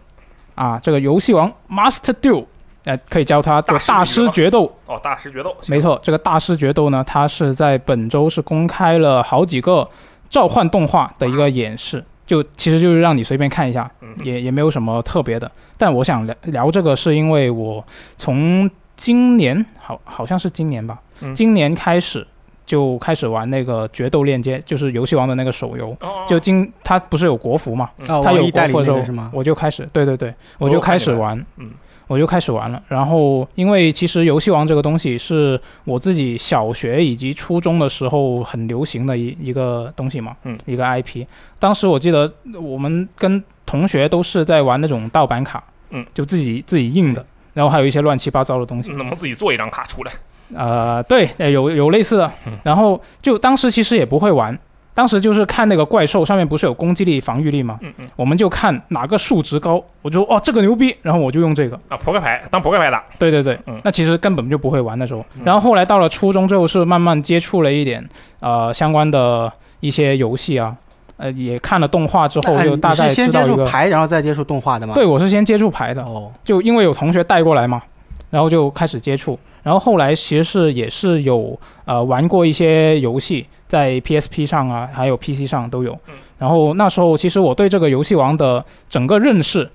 A: 啊，这个游戏王 Master Duel，呃，可以叫它这个
B: 大
A: 大
B: 师级
A: 师
B: 的
A: 决斗，
B: 哦，大师决斗，
A: 没错，这个大师决斗呢，它是在本周是公开了好几个召唤动画的一个演示，就其实就是让你随便看一下，
B: 嗯，
A: 也也没有什么特别的。但我想聊聊这个，是因为我从今年好好像是今年吧，
B: 嗯
A: 今年开始就开始玩那个决斗链接，就是游戏王的那个手游。
B: 哦哦
A: 就今它不是有国服嘛，
B: 嗯
C: 啊，
A: 它
C: 网
A: 有
C: 易代
A: 国
C: 理
A: 服的时
C: 那个
A: 候
C: 是吗？
A: 我就开始，对对对，我就开始玩，
B: 嗯，
A: 我就开始玩了。然后因为其实游戏王这个东西是我自己小学以及初中的时候很流行的一一个东西嘛，
B: 嗯，
A: 一个 IP。当时我记得我们跟同学都是在玩那种盗版卡，
B: 嗯，
A: 就自己自己印的，然后还有一些乱七八糟的东西。
B: 能不能自己做一张卡出来？
A: 呃，对，呃有有类似的
B: 嗯。
A: 然后就当时其实也不会玩，当时就是看那个怪兽上面不是有攻击力、防御力吗？
B: 嗯嗯
A: 我们就看哪个数值高，我就哦这个牛逼，然后我就用这个。
B: 啊，扑克牌当扑克牌打，
A: 对对对
B: 嗯，
A: 那其实根本就不会玩那时候
B: 嗯。
A: 然后后来到了初中之后，是慢慢接触了一点呃相关的一些游戏啊，呃也看了动画之后，
C: 哎
A: 就大概
C: 你是先
A: 知
C: 接
A: 道一
C: 触
A: 个。
C: 牌，然后再接触动画的吗？
A: 对，我是先接触牌的，
C: 哦，
A: 就因为有同学带过来嘛，然后就开始接触。然后后来其实是也是有呃玩过一些游戏，在 PSP 上啊，还有 PC 上都有
B: 嗯。
A: 然后那时候其实我对这个游戏王的整个认识，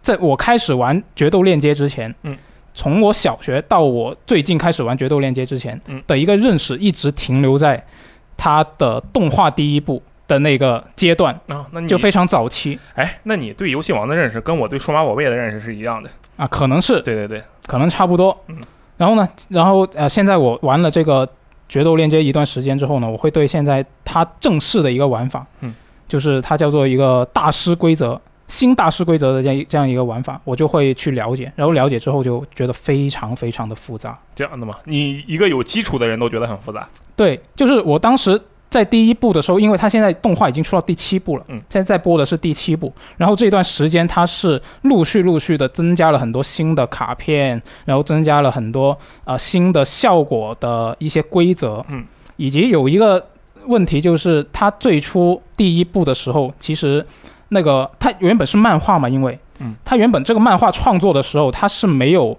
A: 在我开始玩决斗链接之前，
B: 嗯，
A: 从我小学到我最近开始玩决斗链接之前
B: 嗯
A: 的一个认识，一直停留在它的动画第一部的那个阶段，
B: 啊，那你
A: 就非常早期
B: 哎，那你对游戏王的认识跟我对数码宝贝的认识是一样的。
A: 啊，可能是
B: 对对对，
A: 可能差不多
B: 嗯。
A: 然后呢，然后呃，现在我玩了这个决斗链接一段时间之后呢，我会对现在它正式的一个玩法，
B: 嗯，
A: 就是它叫做一个大师规则。新大师规则的这样一这样一个玩法，我就会去了解，然后了解之后就觉得非常非常的复杂。
B: 这样的嘛，你一个有基础的人都觉得很复杂。
A: 对，就是我当时在第一部的时候，因为它现在动画已经出到第七部了，
B: 嗯
A: 现在在播的是第七部。然后这段时间它是陆续陆续的增加了很多新的卡片，然后增加了很多呃新的效果的一些规则，
B: 嗯，
A: 以及有一个问题就是它最初第一部的时候，其实那个它原本是漫画嘛，因为
B: 嗯，
A: 它原本这个漫画创作的时候，它是没有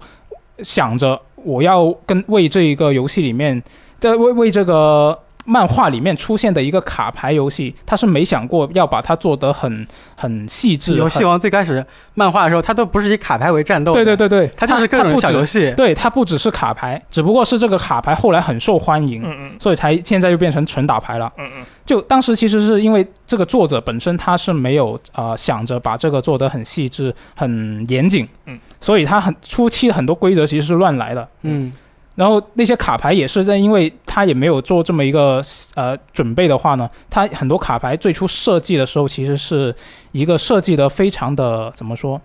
A: 想着我要跟为这一个游戏里面，在为为这个漫画里面出现的一个卡牌游戏，他是没想过要把它做得很很细致。
C: 游戏
A: 很
C: 王最开始漫画的时候，它都不是以卡牌为战斗，
A: 对对，对对，
C: 它就是各
A: 它
C: 种
A: 不
C: 小
A: 止
C: 游戏。
A: 对，它不只是卡牌，只不过是这个卡牌后来很受欢迎，
B: 嗯嗯
A: 所以才现在就变成纯打牌了。
B: 嗯嗯，
A: 就当时其实是因为这个作者本身他是没有呃想着把这个做得很细致、很严谨，
B: 嗯，
A: 所以他很初期很多规则其实是乱来的。
C: 嗯，
A: 然后那些卡牌也是在，因为他也没有做这么一个呃准备的话呢，他很多卡牌最初设计的时候，其实是一个设计的非常的怎么说，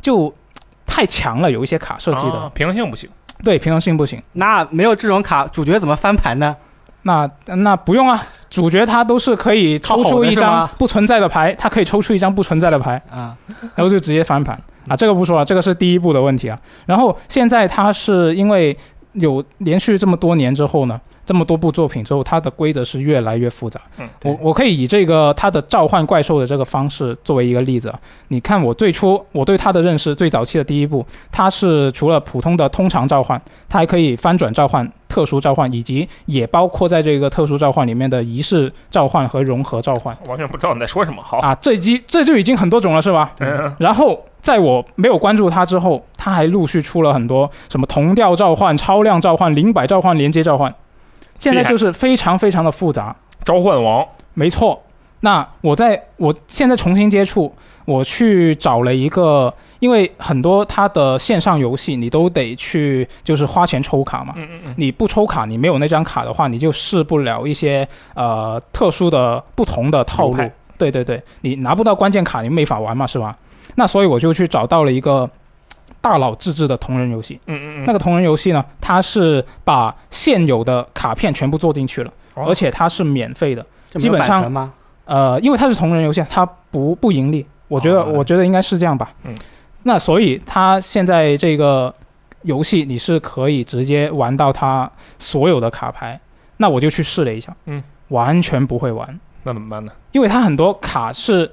A: 就太强了，有一些卡设计的、
B: 啊平衡性不行。
A: 对平衡性不行。
C: 那没有这种卡，主角怎么翻盘呢？
A: 那那不用啊，主角他都是可以抽
C: 靠吼
A: 出
C: 的
A: 一
C: 是
A: 张
C: 吗
A: 不存在的牌，他可以抽出一张不存在的牌，
C: 啊，
A: 然后就直接翻盘啊。这个不说了，这个是第一步的问题啊。然后现在他是因为有连续这么多年之后呢，这么多部作品之后，它的规则是越来越复杂。
B: 嗯
C: 对
A: 我我可以以这个它的召唤怪兽的这个方式作为一个例子啊。你看我最初我对它的认识，最早期的第一步，它是除了普通的通常召唤，它还可以翻转召唤、特殊召唤，以及也包括在这个特殊召唤里面的仪式召唤和融合召唤
B: 完全不知道你在说什么。好，
A: 啊。这机这就已经很多种了，是吧？
B: 嗯，
A: 然后在我没有关注它之后，它还陆续出了很多什么同调召唤、超量召唤、零百召唤、连接召唤，现在就是非常非常的复杂。
B: 召唤王，
A: 没错，那我在我现在重新接触，我去找了一个，因为很多它的线上游戏你都得去就是花钱抽卡嘛，
B: 嗯嗯嗯，
A: 你不抽卡，你没有那张卡的话，你就试不了一些呃特殊的不同的套
B: 流
A: 路
B: 派。
A: 对对对，你拿不到关键卡，你没法玩嘛，是吧？
B: 嗯
A: 那所以我就去找到了一个大佬自制的同人游戏。
B: 嗯嗯嗯，
A: 那个同人游戏呢，它是把现有的卡片全部做进去了，
B: 哦
A: 而且它是免费的。
C: 这没有
A: 基本上
C: 版权吗？
A: 呃，因为它是同人游戏，它不不盈利，我觉得、
C: 哦
A: 我觉得应该是这样吧。
B: 嗯，
A: 那所以它现在这个游戏你是可以直接玩到它所有的卡牌。那我就去试了一下，
B: 嗯，
A: 完全不会玩，
B: 那怎么办呢？
A: 因为它很多卡是，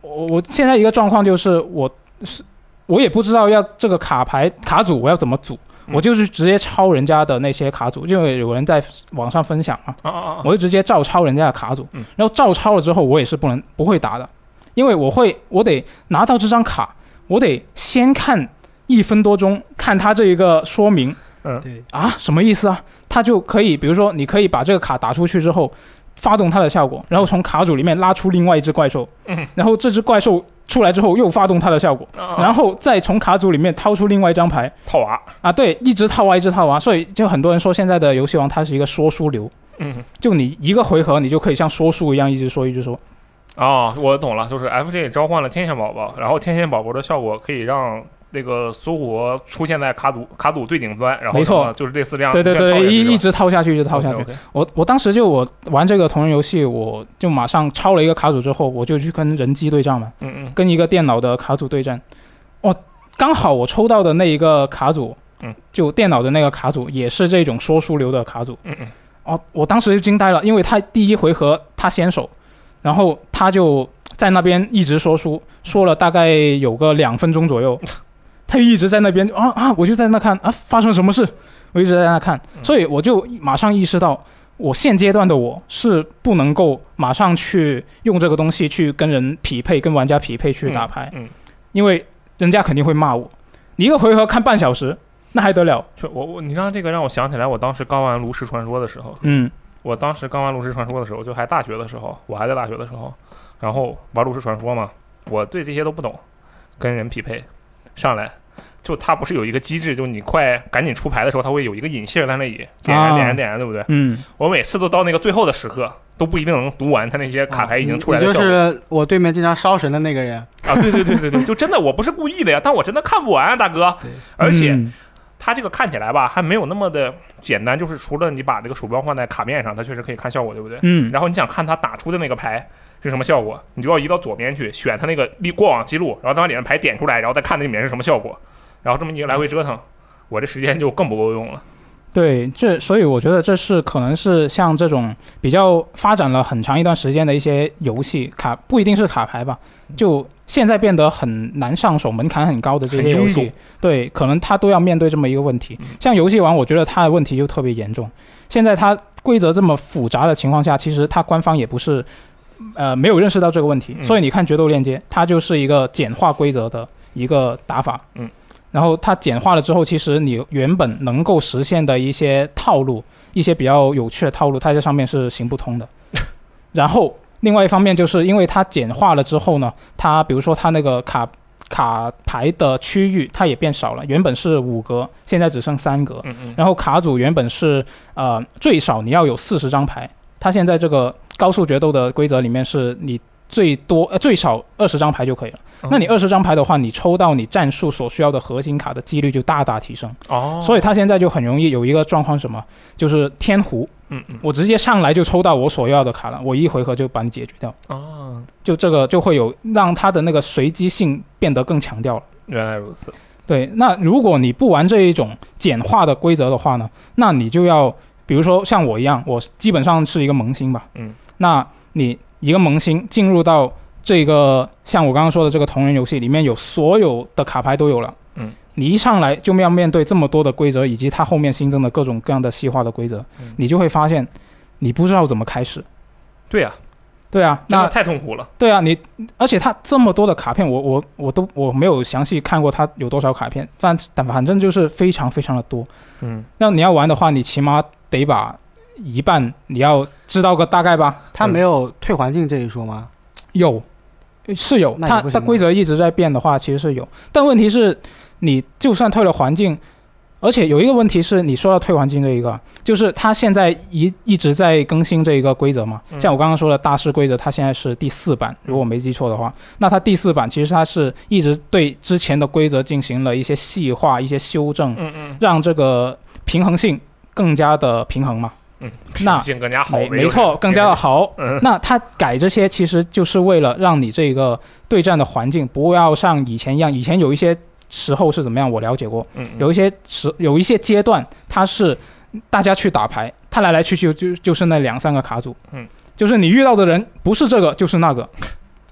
A: 我我现在一个状况就是我是我也不知道要这个卡牌卡组我要怎么组，
B: 嗯
A: 我就是直接抄人家的那些卡组，因为有人在网上分享嘛，
B: 啊啊啊！
A: 我就直接照抄人家的卡组
B: 嗯，
A: 然后照抄了之后我也是不能不会打的，因为我会我得拿到这张卡，我得先看一分多钟，看他这一个说明，
B: 嗯
C: 对，
A: 啊，什么意思啊？它就可以，比如说，你可以把这个卡打出去之后，发动它的效果，然后从卡组里面拉出另外一只怪兽，
B: 嗯哦
A: 然后这只怪兽出来之后又发动它的效果，然
B: 后
A: 后再从卡组里面掏出另外一张牌
B: 啊套娃，
A: 啊，对，一直套娃，一直套娃，啊所以就很多人说现在的游戏王它是一个说书流，
B: 嗯
A: 就你一个回合你就可以像说书一样一直说一直说，
B: 啊，我懂了，就是 FJ 召唤了天线宝宝，然后天线宝宝的效果可以让那个苏活出现在卡组卡组最顶端，然后
A: 没错
B: 什么就是类似这样
A: 对对对，一一
B: 直
A: 直掏下去，一直掏下去。我我当时就我玩这个同人游戏，我就马上抄了一个卡组之后，我就去跟人机对战嘛，
B: 嗯嗯
A: 跟一个电脑的卡组对战。哦，刚好我抽到的那一个卡组，
B: 嗯，
A: 就电脑的那个卡组也是这种说书流的卡组。
B: 嗯嗯，
A: 哦，我当时就惊呆了，因为他第一回合他先手，然后他就在那边一直说书，说了大概有个两分钟左
B: *laughs*
A: 右，他就一直在那边啊啊，我就在那看啊，发生什么事？我一直在那看，
B: 嗯
A: 所以我就马上意识到，我现阶段的我是不能够马上去用这个东西去跟人匹配、跟玩家匹配去打牌，
B: 嗯嗯
A: 因为人家肯定会骂我。你一个回合看半小时，那还得了？
B: 就我我你让这个让我想起来，我当时刚玩炉石传说的时候，
A: 嗯，
B: 我当时刚玩炉石传说的时候，就还大学的时候，我还在大学的时候，然后玩炉石传说嘛，我对这些都不懂，跟人匹配上来。就它不是有一个机制，就你快赶紧出牌的时候，它会有一个引信儿在那里点燃
A: 啊
B: 点燃点燃，对不对？
A: 嗯，
B: 我每次都到那个最后的时刻，都不一定能读完它那些卡牌已经出来
C: 啊你
B: 的
C: 你
B: 效
C: 就
B: 果
C: 是我对面这张烧神的那个人，
B: 啊！对对对对对，就真的我不是故意的呀，但我真的看不完啊，大哥
C: 对。
B: 而且
A: 嗯
B: 它这个看起来吧，还没有那么的简单，就是除了你把这个鼠标放在卡面上，它确实可以看效果，对不对？
A: 嗯
B: 然后你想看它打出的那个牌是什么效果，你就要移到左边去选它那个历过往记录，然后再把里面牌点出来，然后再看那里面是什么效果，然后这么一个来回折腾，我这时间就更不够用了。
A: 对，这所以我觉得这是可能是像这种比较发展了很长一段时间的一些游戏卡，不一定是卡牌吧，
B: 嗯
A: 就现在变得很难上手，门槛很高的这些
B: 很
A: 游
B: 臃
A: 戏
B: 肿，
A: 对，可能他都要面对这么一个问题
B: 嗯。
A: 像游戏王，我觉得他的问题就特别严重。现在它规则这么复杂的情况下，其实它官方也不是。呃，没有认识到这个问题，
B: 嗯
A: 所以你看《决斗链接》，它就是一个简化规则的一个打法。
B: 嗯，
A: 然后它简化了之后，其实你原本能够实现的一些套路，一些比较有趣的套路，它在上面是行不通的。 *laughs* 然后另外一方面，就是因为它简化了之后呢，它比如说它那个卡卡牌的区域，它也变少了，原本是五格，现在只剩三格。
B: 嗯嗯，
A: 然后卡组原本是呃最少你要有四十张牌，它现在这个高速决斗的规则里面是你最多呃最少二十张牌就可以了。
B: 嗯哦
A: 那你二十张牌的话，你抽到你战术所需要的核心卡的几率就大大提升。
B: 哦，
A: 所以它现在就很容易有一个状况是什么，就是天胡，
B: 嗯嗯
A: 我直接上来就抽到我所要的卡了，我一回合就把你解决掉。
B: 哦，
A: 就这个就会有让它的那个随机性变得更强调了。
B: 原来如此。
A: 对，那如果你不玩这一种简化的规则的话呢，那你就要，比如说像我一样，我基本上是一个萌新吧，
B: 嗯，
A: 那你一个萌新进入到这个像我刚刚说的这个同人游戏里面，有所有的卡牌都有了，
B: 嗯，
A: 你一上来就要面对这么多的规则，以及它后面新增的各种各样的细化的规则，
B: 嗯
A: 你就会发现你不知道怎么开始。
B: 对呀、
A: 对啊，
B: 真
A: 那
B: 的太痛苦了。
A: 对啊，你而且它这么多的卡片，我我我都我没有详细看过它有多少卡片，但但反正就是非常非常的多。
B: 嗯，
A: 那你要玩的话，你起码得把一半你要知道个大概吧。
C: 他没有退环境这一说吗？
A: 有是有，
C: 那也
A: 它
C: 不行啊
A: 它规则一直在变的话，其实是有。但问题是，你就算退了环境，而且有一个问题是，你说到退环境这一个，就是它现在一一直在更新这一个规则嘛。
B: 嗯
A: 像我刚刚说的大师规则，它现在是第四版，如果我没记错的话，那它第四版其实它是一直对之前的规则进行了一些细化、一些修正，
B: 嗯嗯
A: 让这个平衡性更加的平衡嘛。
B: 嗯，
A: 那
B: 品性更加好，
A: 没
B: 没
A: 没错，更加的。好。
B: 嗯
A: 那他改这些其实就是为了让你这个对战的环境不要像以前一样，以前有一些时候是怎么样，我了解过，
B: 嗯，嗯
A: 有一些时有一些阶段它是大家去打牌，他来来去去就就是那两三个卡组，
B: 嗯，
A: 就是你遇到的人不是这个就是那个，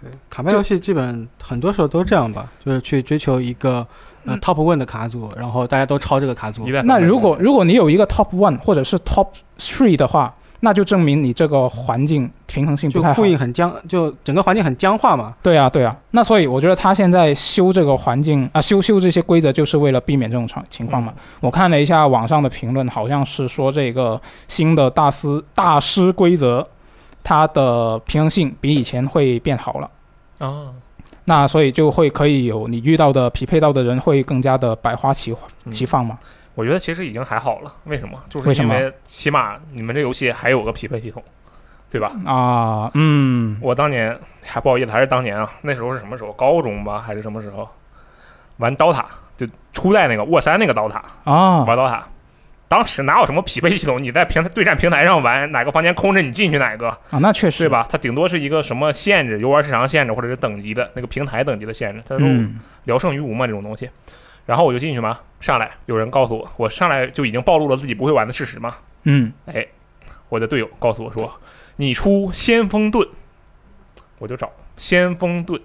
C: 对，卡牌游戏基本很多时候都这样吧，就是去追求一个呃
A: 嗯
C: top one 的卡组，然后大家都抄这个卡组
B: 嗯一。代
A: 那如果如果你有一个 top one 或者是 top three 的话，那就证明你这个环境平衡性不
C: 就
A: 太好
C: 故。意很僵，就整个环境很僵化嘛。
A: 对啊，对啊，那所以我觉得他现在修这个环境啊，修修这些规则，就是为了避免这种场情况
B: 嗯
A: 嘛。我看了一下网上的评论，好像是说这个新的大师大师规则，它的平衡性比以前会变好了。
B: 啊，
A: 那所以就会可以有你遇到的匹配到的人会更加的百花齐
B: 嗯
A: 齐放嘛。
B: 我觉得其实已经还好了。为什么？就
A: 为
B: 是
A: 什
B: 因
A: 么
B: 为起码你们这游戏还有个匹配系统，对吧？
A: 啊，嗯，
B: 我当年还不好意思，还是当年啊，那时候是什么时候？高中吧，还是什么时候？玩刀塔，就初代那个沃三那个刀塔，
A: 啊，
B: 玩刀塔。当时哪有什么匹配系统？你在平对战平台上玩，哪个房间空着你进去哪个，
A: 啊，那确实
B: 对？吧？它顶多是一个什么限制，游玩时长限制，或者是等级的那个平台等级的限制，它都
A: 嗯，
B: 聊胜于无嘛这种东西。然后我就进去嘛，上来有人告诉我，我上来就已经暴露了自己不会玩的事实嘛。
A: 嗯，
B: 哎，我的队友告诉我说，你出先锋盾，我就找先锋盾，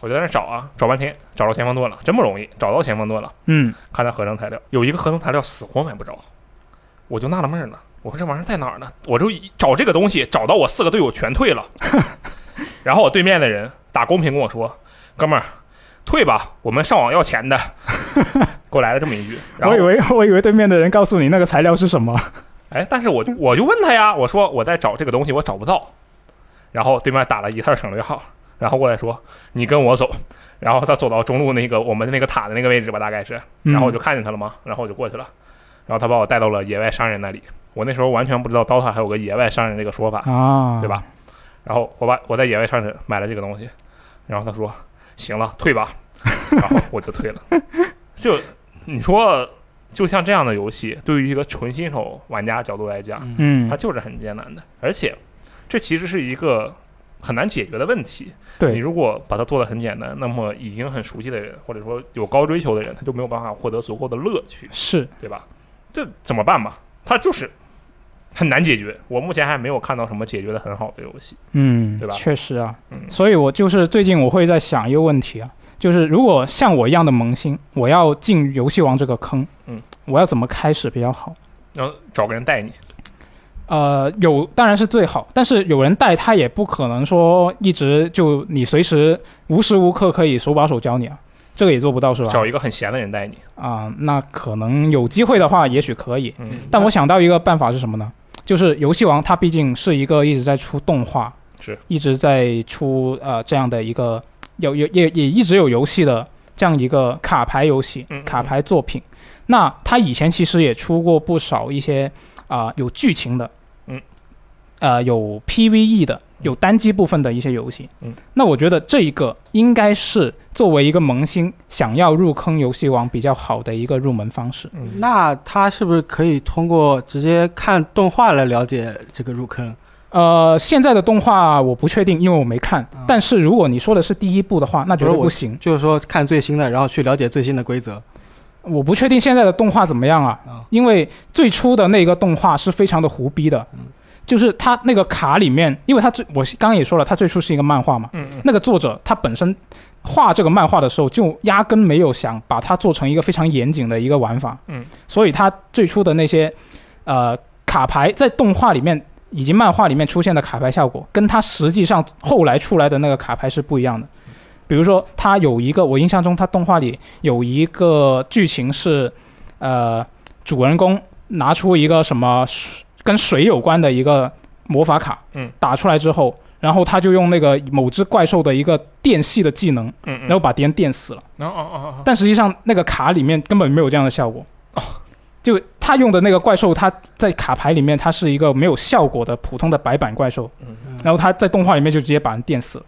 B: 我就在那找啊，找半天，找着先锋盾了，真不容易，找到先锋盾了。
A: 嗯，
B: 看他合成材料，有一个合成材料死活买不着，我就纳了闷儿了，我说这玩意儿在哪儿呢？我就一找这个东西，找到我四个队友全
A: *laughs*
B: 退了，然后我对面的人打公屏跟我说：“哥们儿，退吧，我们上网要钱的。”
A: *laughs*
B: 给我来了这么一句，然
A: 我以
B: 后
A: 为 *laughs* 我以为对面的人告诉你那个材料是什么，
B: 哎，但是我就我就问他呀，我说我在找这个东西，我找不到。然后对面打了一串省略号，然后过来说你跟我走。然后他走到中路那个我们那个塔的那个位置吧，大概是。
A: 嗯
B: 然后我就看见他了嘛，然后我就过去了。然后他把我带到了野外商人那里，我那时候完全不知道 DOTA 还有个野外商人这个说法，
A: 啊，
B: 对吧？？然后我把我在野外商人买了这个东西，然后他说行了，退吧，然后我就退了。就你说，就像这样的游戏，对于一个纯新手玩家角度来讲，
C: 嗯
A: 嗯
B: 它，就是很艰难的，而且这其实是一个很难解决的问题。你
A: 对，
B: 如果把它做得很简单，那么已经很熟悉的人，或者说有高追求的人，他就没有办法获得足够的乐趣，
A: 是，
B: 对吧？这怎么办吧？它就是很难解决。我目前还没有看到什么解决的很好的游戏。
A: 嗯，
B: 对吧
A: 确实啊，
B: 嗯
A: 所以我就是最近我会在想一个问题啊，就是如果像我一样的萌新，我要进游戏王这个坑，
B: 嗯，
A: 我要怎么开始比较好？
B: 然后找个人带你，
A: 呃，有当然是最好，但是有人带他也不可能说一直就你随时无时无刻可以手把手教你啊，这个也做不到是吧？
B: 找一个很闲的人带你。
A: 啊、那可能有机会的话，也许可以。
B: 嗯，
A: 但我想到一个办法是什么呢？就是游戏王它毕竟是一个一直在出动画，
B: 是
A: 一直在出呃这样的一个有有也也一直有游戏的这样一个卡牌游戏
B: 嗯嗯、嗯
A: 卡牌作品。那它以前其实也出过不少一些啊、有剧情的，
B: 嗯，
A: 呃有 PVE 的。有单机部分的一些游戏，
B: 嗯，
A: 那我觉得这一个应该是作为一个萌新想要入坑游戏王比较好的一个入门方式。
B: 嗯，
C: 那他是不是可以通过直接看动画来了解这个入坑？
A: 呃，现在的动画我不确定，因为我没看。
C: 啊
A: 但是如果你说的是第一部的话，那绝对
C: 不是
A: 不行。
C: 就是说看最新的，然后去了解最新的规则。
A: 我不确定现在的动画怎么样啊，
C: 啊
A: 因为最初的那个动画是非常的胡逼的，
C: 嗯
A: 就是它那个卡里面，因为它最我刚刚也说了，它最初是一个漫画嘛，
B: 嗯嗯
A: 那个作者他本身画这个漫画的时候，就压根没有想把它做成一个非常严谨的一个玩法。
B: 嗯，
A: 所以他最初的那些呃卡牌在动画里面以及漫画里面出现的卡牌效果，跟他实际上后来出来的那个卡牌是不一样的。比如说，他有一个，我印象中他动画里有一个剧情是，呃，主人公拿出一个什么水跟水有关的一个魔法卡，
B: 嗯，
A: 打出来之后，然后他就用那个某只怪兽的一个电系的技能，
B: 嗯，
A: 然后把敌人电死了。
B: 然后哦哦哦哦，
A: 但实际上那个卡里面根本没有这样的效果。
B: 哦，
A: 就他用的那个怪兽，他在卡牌里面它是一个没有效果的普通的白板怪兽，
B: 嗯
A: 然后他在动画里面就直接把人电死了。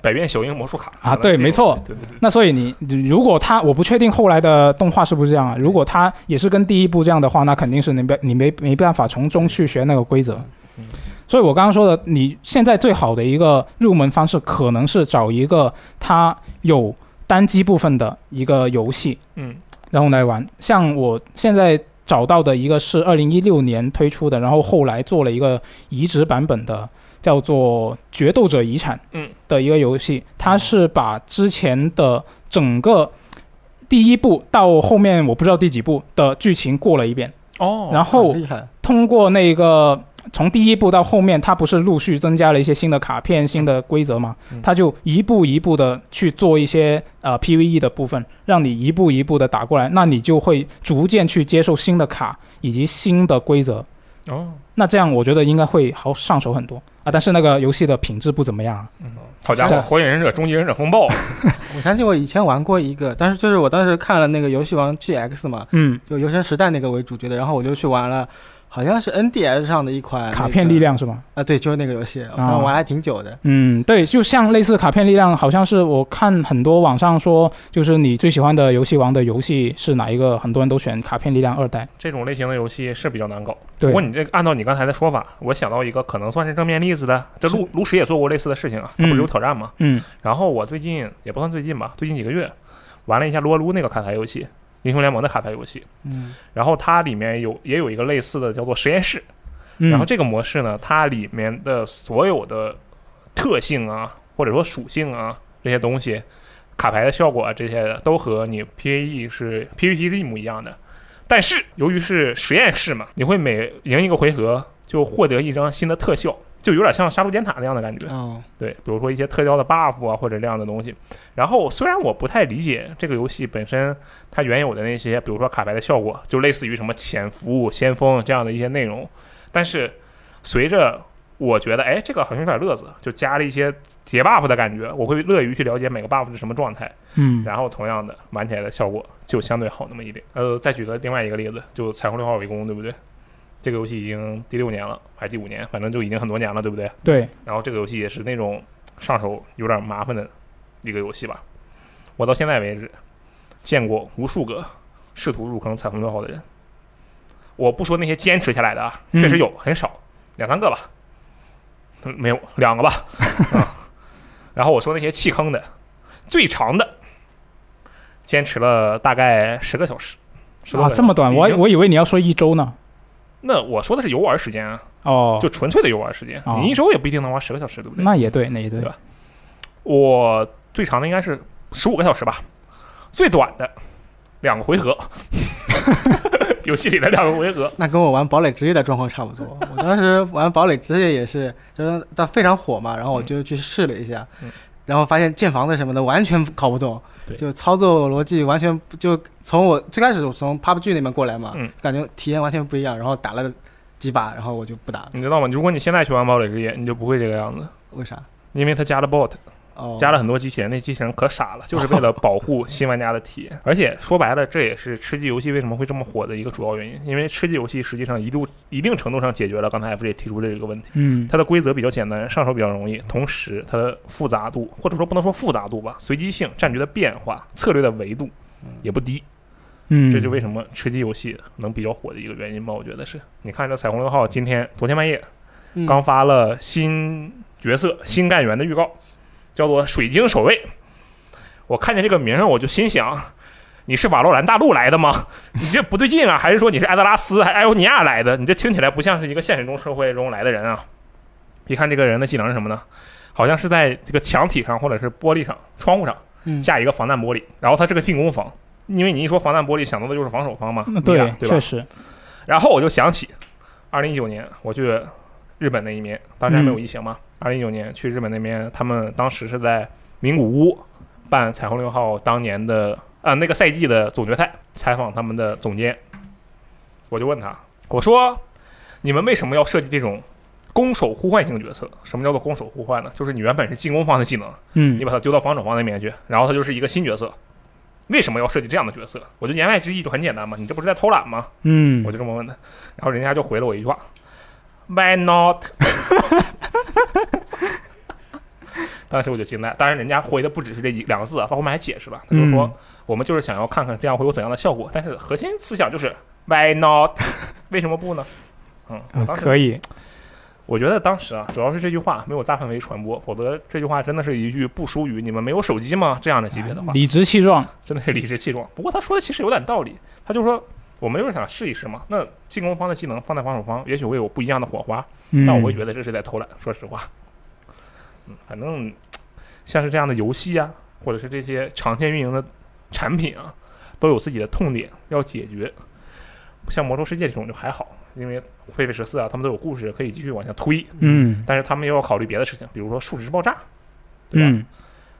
B: 百变小樱魔术卡
A: 啊对没错
B: 对对对，
A: 那所以你你如果他我不确定后来的动画是不是这样啊？如果他也是跟第一部这样的话，那肯定是你没你没没办法从中去学那个规则
B: 嗯。
A: 所以我刚刚说的，你现在最好的一个入门方式，可能是找一个它有单机部分的一个游戏，
B: 嗯
A: 然后来玩。像我现在找到的一个是二零一六年推出的，然后后来做了一个移植版本的，叫做《决斗者遗产》
B: 嗯
A: 的一个游戏，它是把之前的整个第一部到后面我不知道第几部的剧情过了一遍，
B: 哦，
A: 然后
C: 很厉害，
A: 通过那个从第一部到后面，它不是陆续增加了一些新的卡片、新的规则嘛
B: 嗯？
A: 它就一步一步的去做一些呃 PVE 的部分，让你一步一步的打过来，那你就会逐渐去接受新的卡以及新的规则。
B: 哦，
A: 那这样我觉得应该会好上手很多啊，但是那个游戏的品质不怎么样啊。
B: 好家
A: 这
B: 伙，火影忍者、终极忍者风暴， *laughs*
C: 我相信我以前玩过一个，但是就是我当时看了那个游戏王 GX 嘛，
A: 嗯
C: 就《游神时代》那个为主角的，然后我就去玩了，好像是 NDS 上的一款、
A: 卡片力量是吗？
C: 啊，对，就是那个游戏，我当时玩还挺久的。
A: 嗯，对，就像类似卡片力量，好像是我看很多网上说，就是你最喜欢的游戏王的游戏是哪一个，很多人都选卡片力量二代。
B: 这种类型的游戏是比较难搞。
A: 对
B: 不过你这个按照你刚才的说法，我想到一个可能算是正面例子的，这炉炉石也做过类似的事情啊，它
A: 嗯
B: 不是有挑战吗？
A: 嗯
B: 然后我最近也不算最近吧，最近几个月玩了一下撸啊撸那个卡牌游戏，英雄联盟的卡牌游戏。
C: 嗯，
B: 然后它里面有也有一个类似的叫做实验室，
A: 嗯，
B: 然后这个模式呢，它里面的所有的特性啊，或者说属性啊这些东西，卡牌的效果啊这些的都和你 PAE 是 PVP 是一模一样的。但是由于是实验室嘛，你会每赢一个回合就获得一张新的特效，就有点像杀戮尖塔那样的感觉。
C: 哦，
B: 对，比如说一些特效的 buff 啊，或者这样的东西。然后虽然我不太理解这个游戏本身它原有的那些，比如说卡牌的效果，就类似于什么潜伏、先锋这样的一些内容，但是随着我觉得，哎，这个好像有点乐子，就加了一些叠 buff 的感觉，我会乐于去了解每个 buff 是什么状态。
A: 嗯
B: 然后同样的玩起来的效果就相对好那么一点。呃，再举个另外一个例子，就《彩虹六号围攻》，对不对？这个游戏已经第六年了，还是第五年，反正就已经很多年了，对不对？
A: 对，
B: 然后这个游戏也是那种上手有点麻烦的一个游戏吧。我到现在为止见过无数个试图入坑彩虹六号的人，我不说那些坚持下来的啊，
A: 嗯
B: 确实有很少，两三个吧，嗯没有两个吧，啊。然后我说那些弃坑的，最长的坚持了大概十个小时，十多
A: 啊
B: 个小时
A: 这么短，我
B: 已经
A: 我以为你要说一周呢。
B: 那我说的是游玩时间啊，
A: 哦，
B: 就纯粹的游玩时间，
A: 哦
B: 你一周也不一定能玩十个小时，对不对？
A: 那也对，那也对
B: 对吧我最长的应该是十五个小时吧，最短的两个回合， *laughs* 游戏里的两个回合。
C: 那跟我玩堡垒之夜的状况差不
B: *laughs*
C: 多。我当时玩堡垒之夜也是，就是它非常火嘛，然后我就去试了一下，
B: 嗯
C: 然后发现建房子什么的完全搞不懂，
B: 对
C: 就操作逻辑完全不就从我最开始我从 PUBG 那边过来嘛，
B: 嗯
C: 感觉体验完全不一样，然后打了几把，然后我就不打了，
B: 你知道吗？如果你现在去玩堡垒之夜，你就不会这个样子，
C: 为啥？
B: 因为它加了 bot，
C: 哦，
B: 加了很多机器人，那机器人可傻了，就是为了保护新玩家的体验。而且说白了，这也是吃鸡游戏为什么会这么火的一个主要原因，因为吃鸡游戏实际上一度一定程度上解决了刚才 FJ 提出的这个问题。
A: 嗯
B: 它的规则比较简单，上手比较容易，同时它的复杂度，或者说不能说复杂度吧，随机性、战局的变化、策略的维度也不低。
A: 嗯，
B: 这就为什么吃鸡游戏能比较火的一个原因吧，我觉得是。你看这彩虹六号今天昨天半夜
C: 嗯
B: 刚发了新角色、新干员的预告，叫做水晶守卫。我看见这个名儿，我就心想。你是瓦洛兰大陆来的吗？ *laughs* 你这不对劲啊！还是说你是艾德拉斯、还是艾欧尼亚来的？你这听起来不像是一个现实中社会中来的人啊！一看这个人的技能是什么呢？好像是在这个墙体上，或者是玻璃上、窗户上
C: 嗯
B: 架一个防弹玻璃，然后它是个进攻方，因为你一说防弹玻璃，想到的就是防守方嘛，
A: 嗯
B: 对
A: 对，
B: 对
A: 确
B: 吧？
A: 实，
B: 然后我就想起，二零一九年我去日本那一年，当时还没有疫情嘛，二零一九年去日本那边，他们当时是在名古屋办彩虹六号当年的呃那个赛季的总决赛，采访他们的总监，我就问他，我说你们为什么要设计这种？攻守互换型角色，什么叫做攻守互换呢？就是你原本是进攻方的技能，你
A: 嗯
B: 把它丢到防守方那边去，然后它就是一个新角色。为什么要设计这样的角色？我觉得言外之意就很简单嘛，你这不是在偷懒吗？
A: 嗯
B: 我，就这么问他，然后人家就回了我一
A: *laughs*
B: 句话：“Why not？” 当时我就惊呆，当然人家回的不只是这一两个字啊，他后面还解释了，他就说、
A: 嗯
B: 我们就是想要看看这样会有怎样的效果，但是核心思想就是 “Why not？” *laughs* 为什么不呢？嗯，我
A: 嗯
B: 当时
A: 可以，
B: 我觉得当时啊，主要是这句话没有大范围传播，否则这句话真的是一句不输于“你们没有手机吗”这样的级别的话，
A: 理直气壮，
B: 真的是理直气壮。不过他说的其实有点道理，他就说我们就是想试一试嘛。那进攻方的技能放在防守方，也许会有不一样的火花，
A: 嗯，
B: 但我会觉得这是在偷懒。说实话，嗯，反正像是这样的游戏啊，或者是这些长线运营的产品啊，都有自己的痛点要解决。像魔兽世界这种就还好，因为狒狒十四啊，他们都有故事可以继续往下推。
A: 嗯
B: 但是他们又要考虑别的事情，比如说数值爆炸，对吧？
A: 嗯，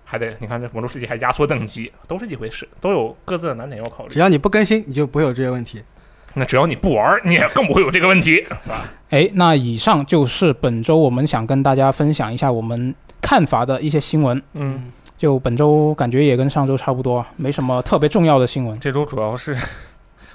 B: 还得你看这魔兽世界还压缩等级，都是一回事，都有各自的难点要考虑
C: 只。要你不更新，你就不会有这些问题。
B: 那只要你不玩儿，你也更不会有这个问题。
A: 哎，那以上就是本周我们想跟大家分享一下我们看法的一些新闻。
B: 嗯，
A: 就本周感觉也跟上周差不多，没什么特别重要的新闻。
B: 这周主要是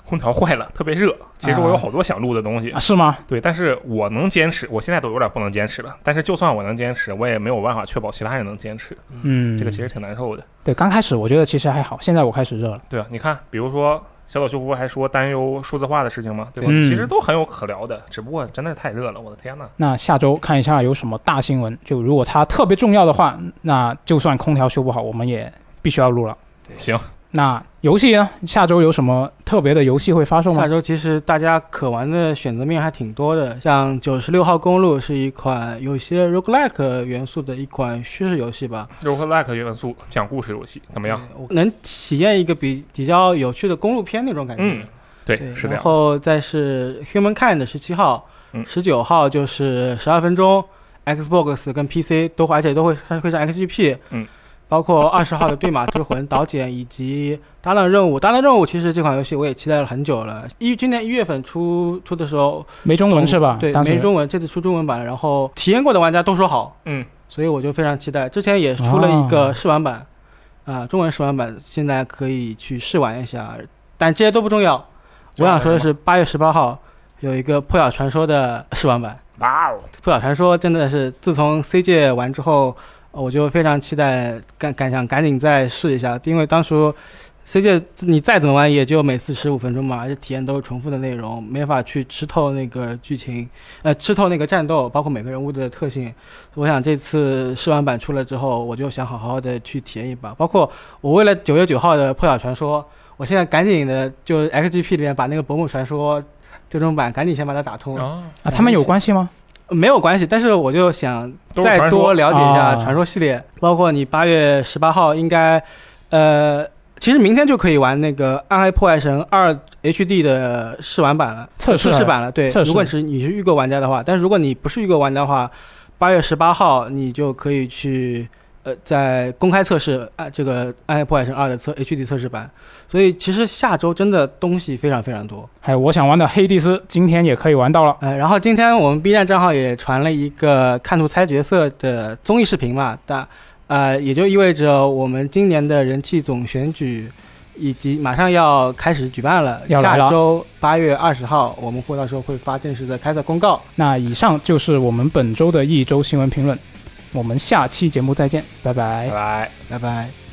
B: 空调坏了，特别热。其实我有好多想录的东西，
A: 啊啊，是吗？
B: 对，但是我能坚持，我现在都有点不能坚持了。但是就算我能坚持，我也没有办法确保其他人能坚持，
A: 嗯，
B: 这个其实挺难受的。
A: 对，刚开始我觉得其实还好，现在我开始热了。
B: 对啊，你看，比如说小岛秀夫还说担忧数字化的事情嘛，对吧？
A: 嗯
B: 其实都很有可聊的，只不过真的太热了，我的天呐！
A: 那下周看一下有什么大新闻，就如果它特别重要的话，那就算空调修不好，我们也必须要录了。
B: 行，
A: 那游戏呢？下周有什么特别的游戏会发售
C: 下
A: 吗？
C: 周其实大家可玩的选择面还挺多的，像九十六号公路是一款有些 roguelike 元素的一款叙事游戏吧。
B: 如何 like 元素讲故事游戏怎么样？
C: 我能体验一个比比较有趣的公路片那种感觉。
B: 嗯，对，
C: 对，
B: 是这
C: 然
B: 样。
C: 后再是 Humankind 十七号
B: 嗯，
C: 十九、号就是十二分钟，Xbox 跟 PC 都会，而且都会会上 XGP。
B: 嗯。
C: 包括二十号的《对马之魂》导剪以及搭档任务，搭档任务其实这款游戏我也期待了很久了。一今年一月份出出的时候，
A: 没中文是吧？
C: 对，
A: 啊当时
C: 没中文，这次出中文版，然后体验过的玩家都说好，
B: 嗯，
C: 所以我就非常期待。之前也出了一
A: 哦
C: 个试玩版，啊、中文试玩版，现在可以去试玩一下，但这些都不重要。我想说的是，八月十八号有一个《破晓传说》的试玩版，
B: 哇哦，
C: 《破晓传说》真的是自从 C 界玩之后，呃我就非常期待，赶赶想赶紧再试一下，因为当初 C 界你再怎么玩也就每次十五分钟嘛，而且体验都是重复的内容，没法去吃透那个剧情，呃，吃透那个战斗，包括每个人物的特性。我想这次试玩版出来之后，我就想好好的去体验一把，包括我为了九月九号的《破晓传说》，我现在赶紧的就 XGP 里面把那个《薄暮传说》最终版赶紧先把它打通了。
B: 啊，
A: 啊，他们有关系吗？
C: 呃没有关系，但是我就想
B: 都是
C: 再
B: 传说
C: 多了解一下
A: 啊
C: 传说系列，包括你八月十八号应该，呃，其实明天就可以玩那个《暗黑破坏神二 HD》的试玩版了，
A: 测试
C: 测试版了。对
A: 测，试
C: 如果是你是预购玩家的话，但是如果你不是预购玩家的话，八月十八号你就可以去。呃，在公开测试啊，这个《暗黑破坏神二》的测 HD 测试版，所以其实下周真的东西非常非常多。
A: 还哎有我想玩的黑帝斯，今天也可以玩到了。
C: 呃，然后今天我们 B 站账号也传了一个看图猜角色的综艺视频嘛，但呃，也就意味着我们今年的人气总选举以及马上要开始举办了，
A: 要来了
C: 下周八月二十号，我们会到时候会发正式的开赛公告。
A: 那以上就是我们本周的一周新闻评论，我们下期节目再见，拜拜
B: 哎拜。
C: 哎
B: 拜。
C: 拜拜。